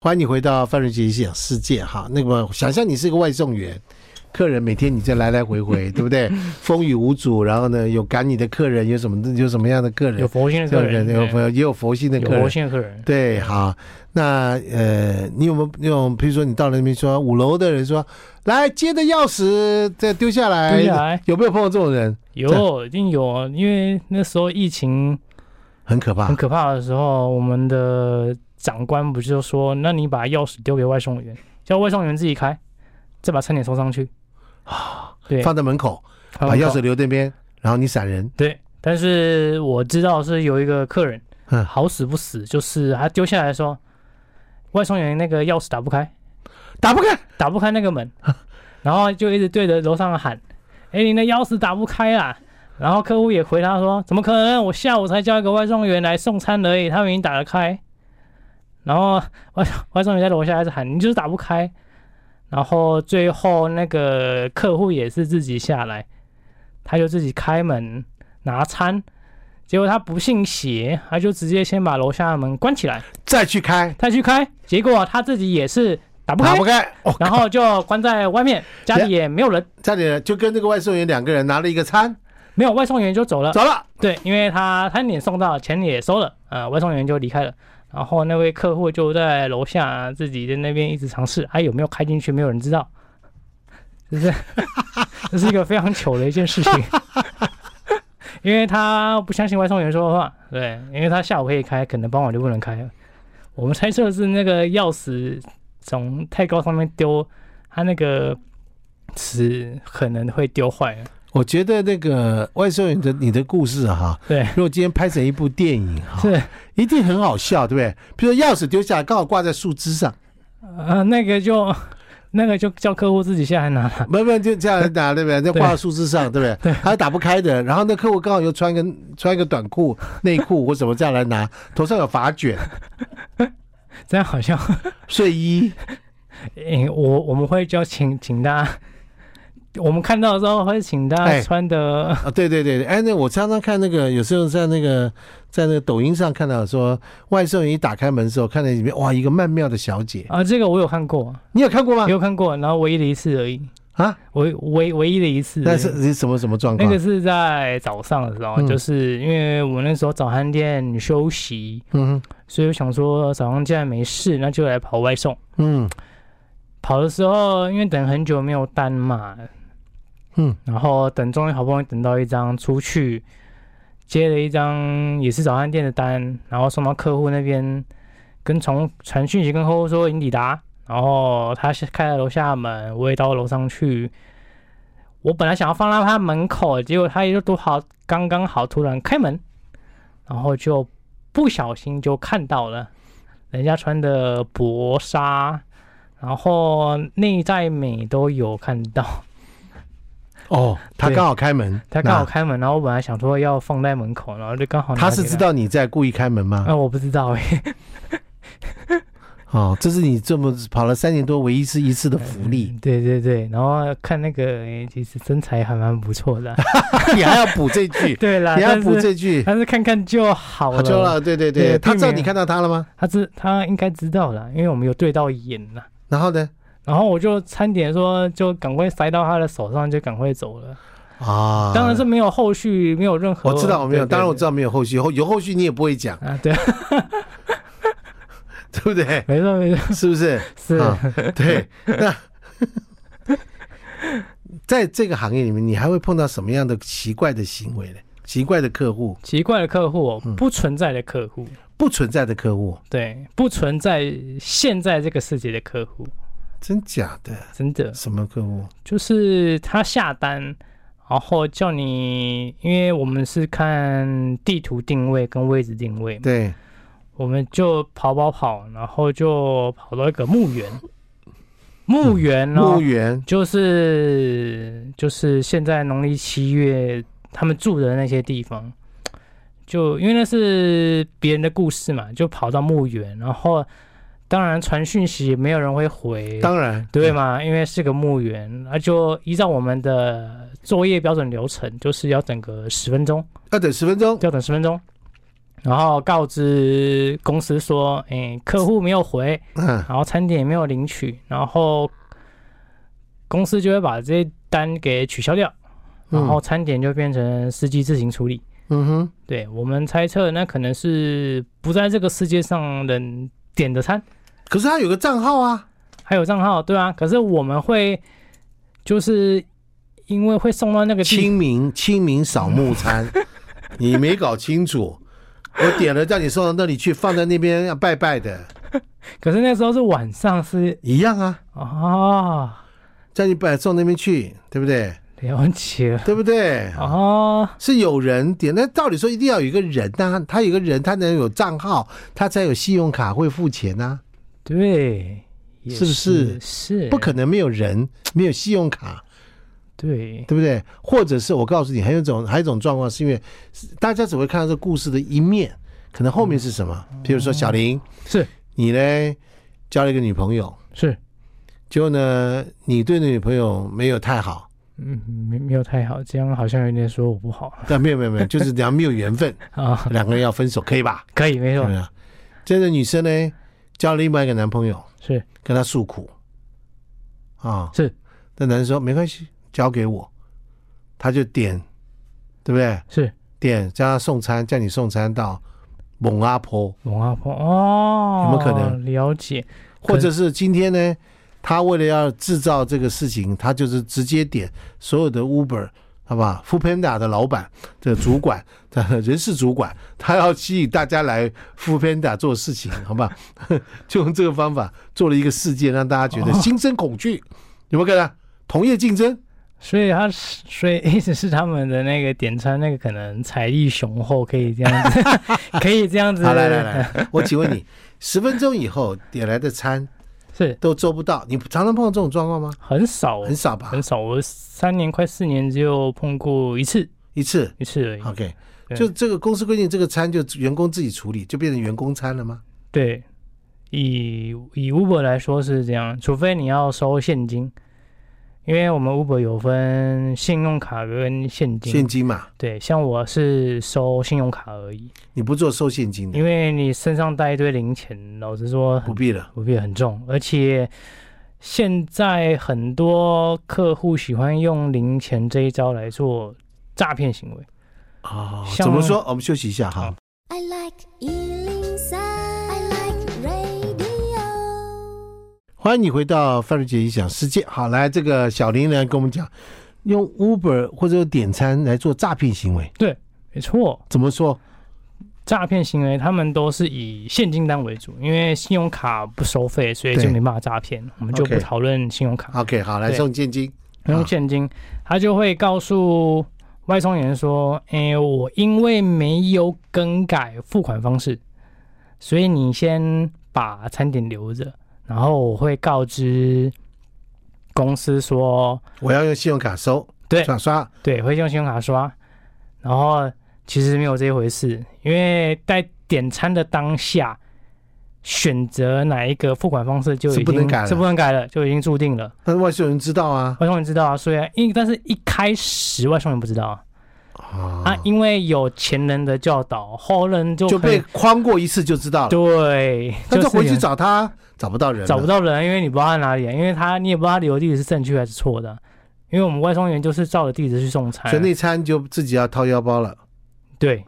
[SPEAKER 1] 欢迎你回到范瑞杰讲世界哈。那么，想象你是个外送员，客人每天你这来来回
[SPEAKER 2] [LAUGHS]
[SPEAKER 1] 回，对不对？风雨无阻，然后呢，有赶你的客人，有什么有什么样的客人？
[SPEAKER 2] 有佛性的客人，
[SPEAKER 1] 有
[SPEAKER 2] 对
[SPEAKER 1] 佛也有佛系的
[SPEAKER 2] 有
[SPEAKER 1] 客人
[SPEAKER 2] 佛，性的客人，
[SPEAKER 1] 对，好，那呃，你有没有那种，比如说你到了那边说五楼的人说，来接的钥匙再丢下来，
[SPEAKER 2] 对下来
[SPEAKER 1] 有没有碰到这种人？
[SPEAKER 2] 有一定有，啊因为那时候疫情
[SPEAKER 1] 很可怕
[SPEAKER 2] 很，可怕的时候，我们的长官不是就说：“那你把钥匙丢给外送员，叫外送员自己开，再把餐点送上去。”对，
[SPEAKER 1] 啊放在门口，
[SPEAKER 2] 放
[SPEAKER 1] 把
[SPEAKER 2] 门
[SPEAKER 1] 钥
[SPEAKER 2] 口
[SPEAKER 1] 匙留那边，然后你闪人，
[SPEAKER 2] 对。但是我知道是有一个客人，
[SPEAKER 1] 嗯
[SPEAKER 2] 好死不死，就是他丢下来说，外送员那个钥匙打不开，
[SPEAKER 1] 打不开，
[SPEAKER 2] 打不开那个门， [LAUGHS] 然后就一直对着楼上喊：“哎，你的钥匙打不开啊！”然后客户也回答说：“怎么可能？我下午才叫一个外送员来送餐而已，他们已经打得开。”然后 [LAUGHS] 外外送员在楼下一直喊：“你就是打不开。”然后最后那个客户也是自己下来，他就自己开门拿餐，结果他不信邪，他就直接先把楼下的门关起来，
[SPEAKER 1] 再去开，
[SPEAKER 2] 他去开，结果啊他自己也是打不开
[SPEAKER 1] 打，不开，哦，
[SPEAKER 2] 然后就关在外面，家里也没有人，
[SPEAKER 1] 差点就跟那个外送员两个人拿了一个餐
[SPEAKER 2] 没有外送员就走了。
[SPEAKER 1] 走了，
[SPEAKER 2] 对，因为他餐点送到，钱也收了，呃，外送员就离开了。然后那位客户就在楼下自己在那边一直尝试，还有没有开进去，没有人知道。就是 [LAUGHS] 这是一个非常糗的一件事情， [LAUGHS] 因为他不相信外送员说的话，对，因为他下午可以开，可能傍晚就不能开了。我们猜测是那个钥匙从太高上面丢，他那个齿可能会丢坏了。
[SPEAKER 1] 我觉得那个外送员的你的故事哈、
[SPEAKER 2] 对，
[SPEAKER 1] 如果今天拍成一部电影哈、
[SPEAKER 2] 是
[SPEAKER 1] 一定很好笑，对不对？比如说钥匙丢下来，刚好挂在树枝上，
[SPEAKER 2] 呃，那个就 [LAUGHS] 那个就叫客户自己下来拿了。 [LAUGHS]
[SPEAKER 1] 没有没有就这样打，对不对？就挂在树枝上，对不对？还有打不开的，然后那客户刚好又穿个穿一个短裤、内裤或什么这样来拿，头上有发卷、
[SPEAKER 2] 这样好像， [LAUGHS]
[SPEAKER 1] 睡衣，
[SPEAKER 2] 诶我我们会就要请请他，我们看到的时候会请他
[SPEAKER 1] 哎
[SPEAKER 2] 穿的，
[SPEAKER 1] 啊，对对对，对哎，那我常常看那个，有时候在那个在那个抖音上看到说，外送员一打开门的时候，看到里面哇，一个曼妙的小姐，
[SPEAKER 2] 啊，这个我有看过，
[SPEAKER 1] 你有看过吗
[SPEAKER 2] 也？有看过，然后唯一的一次而已，
[SPEAKER 1] 啊，
[SPEAKER 2] 唯唯唯一的一次而已。
[SPEAKER 1] 那是是什么什么状
[SPEAKER 2] 那
[SPEAKER 1] 况？
[SPEAKER 2] 个是在早上的时候，
[SPEAKER 1] 嗯
[SPEAKER 2] 就是因为我那时候早餐店休息，
[SPEAKER 1] 嗯
[SPEAKER 2] 所以我想说早上既然没事，那就来跑外送。
[SPEAKER 1] 嗯
[SPEAKER 2] 跑的时候，因为等很久没有单嘛，
[SPEAKER 1] 嗯，
[SPEAKER 2] 然后等终于好不容易等到一张出去，接了一张也是早餐店的单，然后送到客户那边，跟从传讯息跟客户说已经抵达，然后他是开了楼下的门，我也到楼上去。我本来想要放到他门口，结果他也就多好刚刚好突然开门，然后就不小心就看到了人家穿的薄纱，然后内在美都有看到。
[SPEAKER 1] [LAUGHS] 哦，他
[SPEAKER 2] 对
[SPEAKER 1] 刚好开门，
[SPEAKER 2] 他刚好
[SPEAKER 1] 那
[SPEAKER 2] 开门，然后我本来想说要放在门口，然后就刚好拿
[SPEAKER 1] 他是
[SPEAKER 2] 给
[SPEAKER 1] 知，道你在故意开门吗？
[SPEAKER 2] 啊，我不
[SPEAKER 1] [LAUGHS]
[SPEAKER 2] 知道哎、
[SPEAKER 1] 哦，这是你这么跑了三年多唯一是一次的福利，
[SPEAKER 2] 对对对，然后看那个、哎其实身材还蛮不错
[SPEAKER 1] [LAUGHS]
[SPEAKER 2] 的，
[SPEAKER 1] 你还要补这 [LAUGHS] 句，
[SPEAKER 2] 对啦，
[SPEAKER 1] 你还要
[SPEAKER 2] 但
[SPEAKER 1] 补
[SPEAKER 2] 是
[SPEAKER 1] 这句，
[SPEAKER 2] 但是看看就好
[SPEAKER 1] 好
[SPEAKER 2] 了，
[SPEAKER 1] 就了，对对对，
[SPEAKER 2] 对
[SPEAKER 1] 他知道
[SPEAKER 2] 并没有
[SPEAKER 1] 你看到他了吗？
[SPEAKER 2] 他知他应该知道了，因为我们有对到眼了。
[SPEAKER 1] 然后呢？
[SPEAKER 2] 然后我就餐点说，就赶快塞到他的手上，就赶快走了。
[SPEAKER 1] 啊，
[SPEAKER 2] 当然是没有后续，没有任何。
[SPEAKER 1] 我知道我没有，
[SPEAKER 2] 对
[SPEAKER 1] 当然我知。
[SPEAKER 2] 对
[SPEAKER 1] 道没有后续，后有后续你也不会讲，
[SPEAKER 2] 对啊，对，
[SPEAKER 1] 对不对？ [LAUGHS]
[SPEAKER 2] 没错没错，
[SPEAKER 1] 是不是？
[SPEAKER 2] 是、
[SPEAKER 1] 啊对，那 [LAUGHS] 在这个行业里面，你还会碰到什么样的奇怪的行为呢？奇怪的客户，
[SPEAKER 2] 奇怪的客户、哦
[SPEAKER 1] 嗯，
[SPEAKER 2] 不存在的客户。
[SPEAKER 1] 不存在的客户，
[SPEAKER 2] 对，不存在现在这个世界的客户，
[SPEAKER 1] 真假的？
[SPEAKER 2] 真的
[SPEAKER 1] 什么客户？
[SPEAKER 2] 就是他下单，然后叫你，因为我们是看地图定位跟位置定位嘛，
[SPEAKER 1] 对，
[SPEAKER 2] 我们就跑跑跑，然后就跑到一个墓园，墓园哦呢、
[SPEAKER 1] 嗯墓园
[SPEAKER 2] 就是就是现在农历七月他们住的那些地方，就因为那是别人的故事嘛，就跑到墓园，然后当然传讯息没有人会回，
[SPEAKER 1] 当然
[SPEAKER 2] 对嘛，因为是个墓园，那就依照我们的作业标准流程，就是要等个十分钟，
[SPEAKER 1] 要等啊十分钟，
[SPEAKER 2] 要等十分钟。然后告知公司说，哎，客户没有回，
[SPEAKER 1] 嗯，
[SPEAKER 2] 然后餐点也没有领取，然后公司就会把这些单给取消掉，然后餐点就变成司机自行处理。
[SPEAKER 1] 嗯哼，
[SPEAKER 2] 对我们猜测，那可能是不在这个世界上人点的餐，
[SPEAKER 1] 可是他有个账号啊，
[SPEAKER 2] 还有账号，对啊。可是我们会就是因为会送到那个地，
[SPEAKER 1] 清明清明扫墓
[SPEAKER 2] [LAUGHS]
[SPEAKER 1] 餐，你没搞清楚。我点了，叫你送到那里去，放在那边要拜拜的，
[SPEAKER 2] 可是那时候是晚上是
[SPEAKER 1] 一样啊，
[SPEAKER 2] 哦，
[SPEAKER 1] 叫你摆送那边去，对不对？
[SPEAKER 2] 了解了
[SPEAKER 1] 对不对？
[SPEAKER 2] 哦，
[SPEAKER 1] 是有人点，那道理说一定要有一个人呐、他有个人，他能有账号，他才有信用卡会付钱呐、
[SPEAKER 2] 对，也
[SPEAKER 1] 是不是
[SPEAKER 2] 是是
[SPEAKER 1] 不可能没有人，没有信用卡，
[SPEAKER 2] 对
[SPEAKER 1] 对不对？或者是我告诉你，还有一种还有一种状况，是因为大家只会看到这故事的一面，可能后面是什
[SPEAKER 2] 嗯
[SPEAKER 1] 么？比如说小林，
[SPEAKER 2] 是
[SPEAKER 1] 你呢交了一个女朋友，
[SPEAKER 2] 是。
[SPEAKER 1] 结果呢你对那女朋友没有太好，
[SPEAKER 2] 嗯，没没有太好，这样好像有点说我不好
[SPEAKER 1] 但没有没有没有，就是两没有缘分，
[SPEAKER 2] 啊。 [LAUGHS]
[SPEAKER 1] 两个人要分手，可以吧？
[SPEAKER 2] 可以，没
[SPEAKER 1] 对
[SPEAKER 2] 错
[SPEAKER 1] 不，对？这个女生呢交了另外一个男朋友。
[SPEAKER 2] 是
[SPEAKER 1] 跟他诉苦，啊，
[SPEAKER 2] 是
[SPEAKER 1] 那男生说没关系，交给我，他就点，对不对？
[SPEAKER 2] 是，
[SPEAKER 1] 点叫他送餐，叫你送餐到蒙阿婆，
[SPEAKER 2] 蒙阿婆哦，
[SPEAKER 1] 有没有可能
[SPEAKER 2] 了解？
[SPEAKER 1] 或者是今天呢，他为了要制造这个事情，他就是直接点所有的 Uber，好吧，Foodpanda 的老板的主管，他人事主管，他要吸引大家来 Foodpanda 做事情，好吧， [LAUGHS] 就用这个方法做了一个事件，让大家觉得心生恐惧，有没有看到？同业竞争，
[SPEAKER 2] 所以他是所以意思是他们的那个点餐那个可能财力雄厚，可以这样
[SPEAKER 1] [LAUGHS]
[SPEAKER 2] 子，可以这样子。
[SPEAKER 1] 好，来来，来，我请问你，十分钟以后点来的餐
[SPEAKER 2] 是
[SPEAKER 1] 都做不到，你常常碰到这种状况吗？
[SPEAKER 2] 很少
[SPEAKER 1] 很少吧
[SPEAKER 2] 很，少，我三年快四年只有碰过一次
[SPEAKER 1] 一次。
[SPEAKER 2] 一次而已。
[SPEAKER 1] OK，
[SPEAKER 2] 对
[SPEAKER 1] 就这个公司规定，这个餐就员工自己处理，就变成员工餐了吗？
[SPEAKER 2] 对，以以 Uber 来说是这样，除非你要收现金，因为我们 Uber 有分信用卡跟现金。
[SPEAKER 1] 现金嘛，
[SPEAKER 2] 对，像我是收信用卡而已，
[SPEAKER 1] 你不做收现金的，
[SPEAKER 2] 因为你身上带一堆零钱，老实说
[SPEAKER 1] 不必了。
[SPEAKER 2] 不必很重，而且现在很多客户喜欢用零钱这一招来做诈骗行为。
[SPEAKER 1] 哦，
[SPEAKER 2] 像
[SPEAKER 1] 怎么说？我们休息一下哈
[SPEAKER 2] 好。
[SPEAKER 3] I like Ealing Sound. I like radio.
[SPEAKER 1] 欢迎你回到范瑞姐一讲世界。好，来这个小林来跟我们讲，用 Uber 或者用点餐来做诈骗行为，
[SPEAKER 2] 没错，
[SPEAKER 1] 怎么说？
[SPEAKER 2] 诈骗行为，他们都是以现金单为主，因为信用卡不收费，所以
[SPEAKER 1] 对
[SPEAKER 2] 就没办法诈骗。我们就
[SPEAKER 1] OK 啊
[SPEAKER 2] 不讨论信用卡，
[SPEAKER 1] OK，好，来
[SPEAKER 2] 对
[SPEAKER 1] 送现金。
[SPEAKER 2] 用现金，他就会告诉外送员说：“哎、我因为没有更改付款方式，所以你先把餐点留着，然后我会告知公司说，
[SPEAKER 1] 我要用信用卡收，
[SPEAKER 2] 对
[SPEAKER 1] 刷刷。
[SPEAKER 2] 对，会用信用卡刷。然后其实没有这一回事，因为在点餐的当下，选择哪一个付款方式就是已
[SPEAKER 1] 不能
[SPEAKER 2] 经
[SPEAKER 1] 改了
[SPEAKER 2] 是不能改了，就已经注定了。
[SPEAKER 1] 但是外送人知道啊，
[SPEAKER 2] 外送员知道啊，所以啊因但是一开始外送员不知道啊，啊
[SPEAKER 1] 啊，
[SPEAKER 2] 因为有前人的教导，后人就
[SPEAKER 1] 就
[SPEAKER 2] 可以
[SPEAKER 1] 被框过一次就知道了。
[SPEAKER 2] 对，
[SPEAKER 1] 但是
[SPEAKER 2] 就是
[SPEAKER 1] 回去
[SPEAKER 2] 有
[SPEAKER 1] 找他找不到人了，
[SPEAKER 2] 找不到人，因为你不知道他哪里啊，因为他你也不知道他留的地址是正确还是错的啊，因为我们外送员就是照着地址去送餐
[SPEAKER 1] 所以
[SPEAKER 2] 啊，
[SPEAKER 1] 那餐就自己要掏腰包了，
[SPEAKER 2] 对，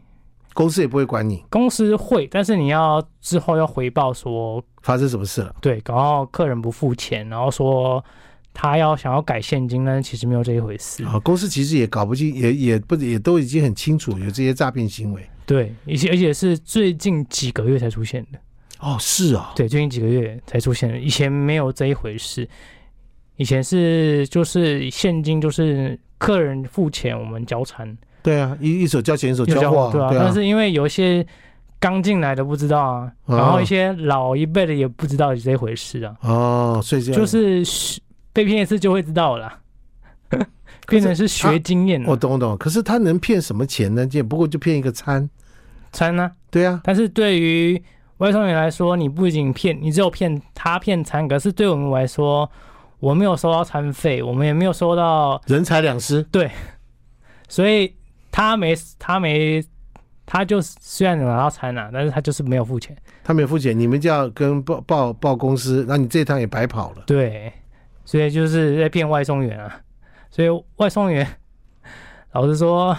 [SPEAKER 1] 公司也不会管你
[SPEAKER 2] 公司会，但是你要之后要回报说，
[SPEAKER 1] 发生什么事了。
[SPEAKER 2] 对，然后客人不付钱，然后说他要想要改现金，但是其实没有这一回事。
[SPEAKER 1] 啊，公司其实也搞不清，也也不也都已经很清楚有这些诈骗行为。
[SPEAKER 2] 对，而且而且是最近几个月才出现的，
[SPEAKER 1] 哦，是啊、
[SPEAKER 2] 对，最近几个月才出现的，以前没有这一回事。以前是就是现金，就是客人付钱，我们交餐，
[SPEAKER 1] 对啊，一一手交钱一手
[SPEAKER 2] 就
[SPEAKER 1] 交货啊，
[SPEAKER 2] 对啊。
[SPEAKER 1] 对
[SPEAKER 2] 但是因为有一些刚进来的不知道啊，然后一些老一辈的也不知道有这一回事啊。
[SPEAKER 1] 哦，所以这样
[SPEAKER 2] 就是学被骗一次就会知道了 [LAUGHS] 啦，变成是学经验啊了、
[SPEAKER 1] 我哦懂我懂。可是他能骗什么钱呢？也不过就骗一个餐，
[SPEAKER 2] 餐呢、
[SPEAKER 1] 对啊，
[SPEAKER 2] 但是对于外送员来说，你不仅骗，你只有骗他骗餐，可是对我们来说，我没有收到餐费，我们也没有收到，
[SPEAKER 1] 人财两失。
[SPEAKER 2] 所以他没他没他就是虽然有拿到餐啊，但是他就是没有付钱。
[SPEAKER 1] 他没有付钱，你们就要跟报报报公司，那你这趟也白跑了。
[SPEAKER 2] 对，所以就是在骗外送员啊。所以外送员， [LAUGHS] 老实说，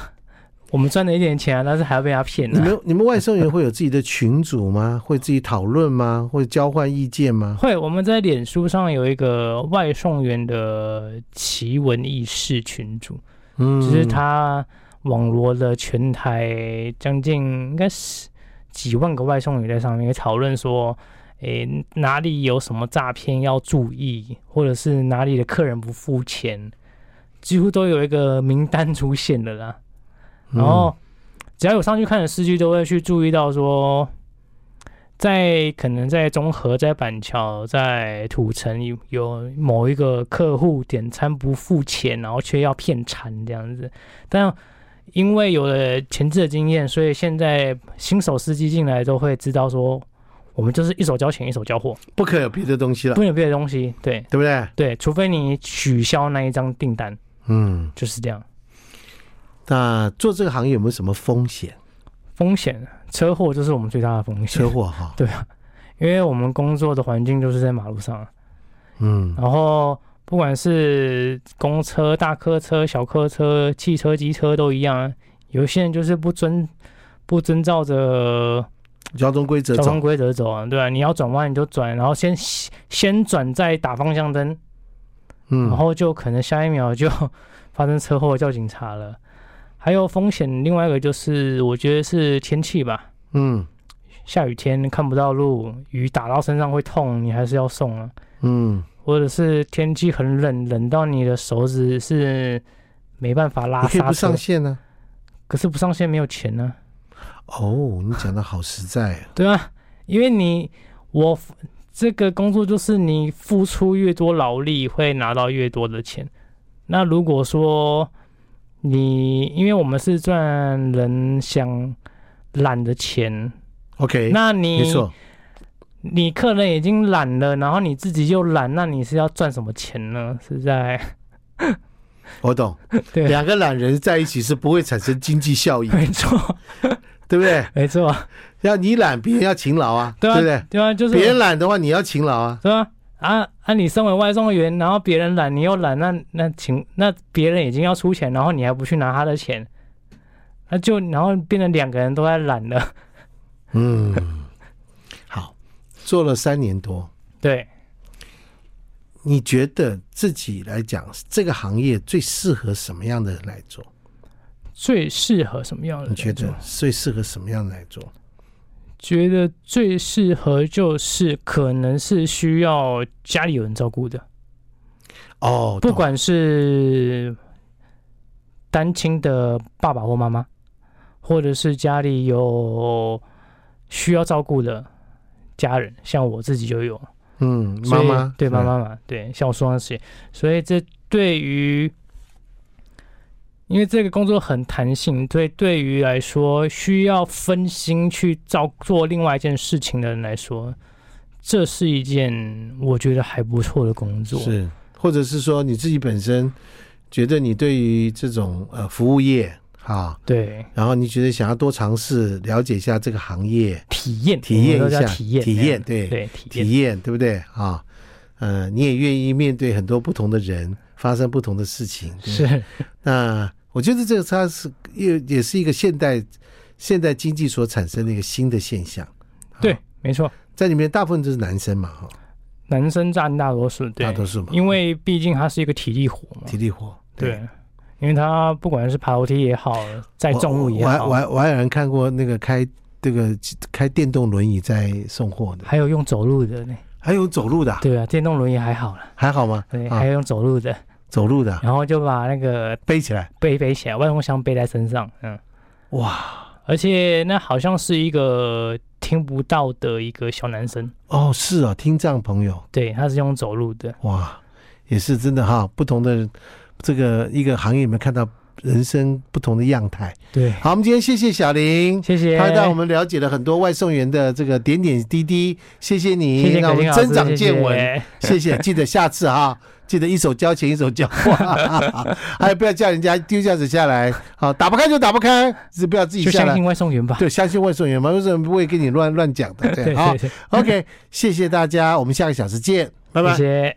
[SPEAKER 2] 我们赚了一点钱啊，但是还要被他骗、啊。
[SPEAKER 1] 你们你们外送员会有自己的群组吗？会自己讨论吗？会交换意见吗？
[SPEAKER 2] 会，我们在脸书上有一个外送员的奇闻异事群组，
[SPEAKER 1] 嗯，
[SPEAKER 2] 就是他网罗了全台将近应该是几万个外送员在上面讨论说，诶哪里有什么诈骗要注意，或者是哪里的客人不付钱，几乎都有一个名单出现的啦。
[SPEAKER 1] 嗯，
[SPEAKER 2] 然后只要有上去看的司机，都会去注意到说，在可能在中和、在板桥、在土城有有某一个客户点餐不付钱，然后却要骗餐这样子。但因为有了前置的经验，所以现在新手司机进来都会知道说，我们就是一手交钱一手交货，
[SPEAKER 1] 不可有别的东西了
[SPEAKER 2] 不，能有别的东西。对
[SPEAKER 1] 对不对？
[SPEAKER 2] 对，除非你取消那一张订单，
[SPEAKER 1] 嗯。
[SPEAKER 2] 就是这样。
[SPEAKER 1] 那做这个行业有没有什么风险？
[SPEAKER 2] 风险，车祸就是我们最大的风险
[SPEAKER 1] 车。祸哈，
[SPEAKER 2] 对啊，因为我们工作的环境就是在马路上，
[SPEAKER 1] 嗯，
[SPEAKER 2] 然后不管是公车、大客车、小客车、汽车、机车都一样啊，有些人就是不遵不遵照着
[SPEAKER 1] 交通规则
[SPEAKER 2] 交通
[SPEAKER 1] 走。
[SPEAKER 2] 规则走啊，对啊，你要转弯你就转，然后先先转再打方向灯，然
[SPEAKER 1] 嗯，
[SPEAKER 2] 后就可能下一秒就 [LAUGHS] 发生车祸叫警察了。还有风险，另外一个就是我觉得是天气吧，
[SPEAKER 1] 嗯，
[SPEAKER 2] 下雨天看不到路，雨打到身上会痛，你还是要送啊。
[SPEAKER 1] 嗯，
[SPEAKER 2] 或者是天气很冷，冷到你的手指是没办法拉
[SPEAKER 1] 你可以
[SPEAKER 2] 刹
[SPEAKER 1] 不
[SPEAKER 2] 车
[SPEAKER 1] 上，线呢、
[SPEAKER 2] 可是不上线没有钱呢、
[SPEAKER 1] 哦，你讲的好实在啊。
[SPEAKER 2] 对啊，因为你我这个工作就是你付出越多劳力，会拿到越多的钱。那如果说你因为我们是赚人想懒的钱，
[SPEAKER 1] OK，
[SPEAKER 2] 那你
[SPEAKER 1] 没错，
[SPEAKER 2] 你客人已经懒了，然后你自己又懒，那你是要赚什么钱呢？是
[SPEAKER 1] [LAUGHS]
[SPEAKER 2] 在
[SPEAKER 1] 我懂。
[SPEAKER 2] 对
[SPEAKER 1] 两个懒人在一起是不会产生经济效益，
[SPEAKER 2] [LAUGHS] 没错，
[SPEAKER 1] 对不对？
[SPEAKER 2] 没错，
[SPEAKER 1] 要你懒，别人要勤劳啊，
[SPEAKER 2] 对啊
[SPEAKER 1] 不对？
[SPEAKER 2] 对啊，就是
[SPEAKER 1] 别人懒的话，你要勤劳啊。
[SPEAKER 2] 对啊，啊啊！你身为外送员，然后别人懒，你又懒，那那请那别人已经要出钱，然后你还不去拿他的钱，那就然后变成两个人都在懒了。 [LAUGHS]
[SPEAKER 1] 嗯，好，做了三年多，
[SPEAKER 2] 对，
[SPEAKER 1] 你觉得自己来讲，这个行业最适合什么样的人来做？
[SPEAKER 2] 最适合什么样的
[SPEAKER 1] 你
[SPEAKER 2] 人
[SPEAKER 1] 觉得
[SPEAKER 2] 做？
[SPEAKER 1] 最适合什么样的来做？
[SPEAKER 2] 觉得最适合就是可能是需要家里有人照顾的，
[SPEAKER 1] 哦，
[SPEAKER 2] 不
[SPEAKER 1] 懂
[SPEAKER 2] 管是单亲的爸爸或妈妈，或者是家里有需要照顾的家人，像我自己就有。
[SPEAKER 1] 嗯，
[SPEAKER 2] 所
[SPEAKER 1] 妈
[SPEAKER 2] 以
[SPEAKER 1] 妈
[SPEAKER 2] 对妈
[SPEAKER 1] 嗯
[SPEAKER 2] 妈嘛，对，像我说那些，所以这对于，因为这个工作很弹性，对对于来说需要分心去照做另外一件事情的人来说，这是一件我觉得还不错的工作。
[SPEAKER 1] 是，或者是说你自己本身觉得你对于这种呃服务业啊，
[SPEAKER 2] 对，
[SPEAKER 1] 然后你觉得想要多尝试了解一下这个行业，
[SPEAKER 2] 体验，
[SPEAKER 1] 体验
[SPEAKER 2] 我
[SPEAKER 1] 一
[SPEAKER 2] 们都
[SPEAKER 1] 下
[SPEAKER 2] 叫体验，
[SPEAKER 1] 体验
[SPEAKER 2] 嗯
[SPEAKER 1] 对
[SPEAKER 2] 对，体验，
[SPEAKER 1] 体验对不对啊？呃，你也愿意面对很多不同的人，发生不同的事情。对
[SPEAKER 2] 是，
[SPEAKER 1] 那我觉得这个它是也也是一个现代现代经济所产生的一个新的现象。啊
[SPEAKER 2] 对，没错，
[SPEAKER 1] 在里面大部分都是男生嘛，哈，
[SPEAKER 2] 男生占大多数，对
[SPEAKER 1] 大，多数嘛，
[SPEAKER 2] 因为毕竟它是一个体力活嘛，
[SPEAKER 1] 体力活。
[SPEAKER 2] 对，因为他不管是爬楼梯也好，载
[SPEAKER 1] 我，
[SPEAKER 2] 重物也
[SPEAKER 1] 我还
[SPEAKER 2] 好，
[SPEAKER 1] 我还我还有人看过那个开这个开电动轮椅在送货的，
[SPEAKER 2] 还有用走路的呢。
[SPEAKER 1] 还有走路的啊，
[SPEAKER 2] 对啊，电动轮椅还好了，
[SPEAKER 1] 还好吗？
[SPEAKER 2] 对，
[SPEAKER 1] 啊
[SPEAKER 2] 还有用走路的，
[SPEAKER 1] 走路的啊
[SPEAKER 2] 然后就把那个
[SPEAKER 1] 背起来，
[SPEAKER 2] 背背起来，外送箱背在身上，嗯，
[SPEAKER 1] 哇
[SPEAKER 2] 而且那好像是一个听不到的一个小男生，
[SPEAKER 1] 哦是哦，听障朋友
[SPEAKER 2] 对，他是用走路的，
[SPEAKER 1] 哇，也是真的哈，不同的这个一个行业里面看到人生不同的样态。
[SPEAKER 2] 对，
[SPEAKER 1] 好，我们今天谢谢小林。
[SPEAKER 2] 谢谢，
[SPEAKER 1] 他带我们了解了很多外送员的这个点点滴滴，谢谢你，
[SPEAKER 2] 谢谢
[SPEAKER 1] 让
[SPEAKER 2] 可
[SPEAKER 1] 我
[SPEAKER 2] 心
[SPEAKER 1] 们
[SPEAKER 2] 老师，
[SPEAKER 1] 增长见闻。
[SPEAKER 2] 谢
[SPEAKER 1] [LAUGHS]
[SPEAKER 2] 谢
[SPEAKER 1] 谢谢，记得下次啊，记得一手交钱一手交货， [LAUGHS] 还有不要叫人家丢架子下来，好打不开就打不开，是不要自己
[SPEAKER 2] 就
[SPEAKER 1] 下
[SPEAKER 2] 相
[SPEAKER 1] 来
[SPEAKER 2] 信。外送员吧，
[SPEAKER 1] 对，相信外送员嘛，外送员不会跟你乱乱讲的。对，
[SPEAKER 2] 对
[SPEAKER 1] 好
[SPEAKER 2] 对，
[SPEAKER 1] ，OK，谢谢大家，我们下个小时见，拜拜
[SPEAKER 2] 谢。谢。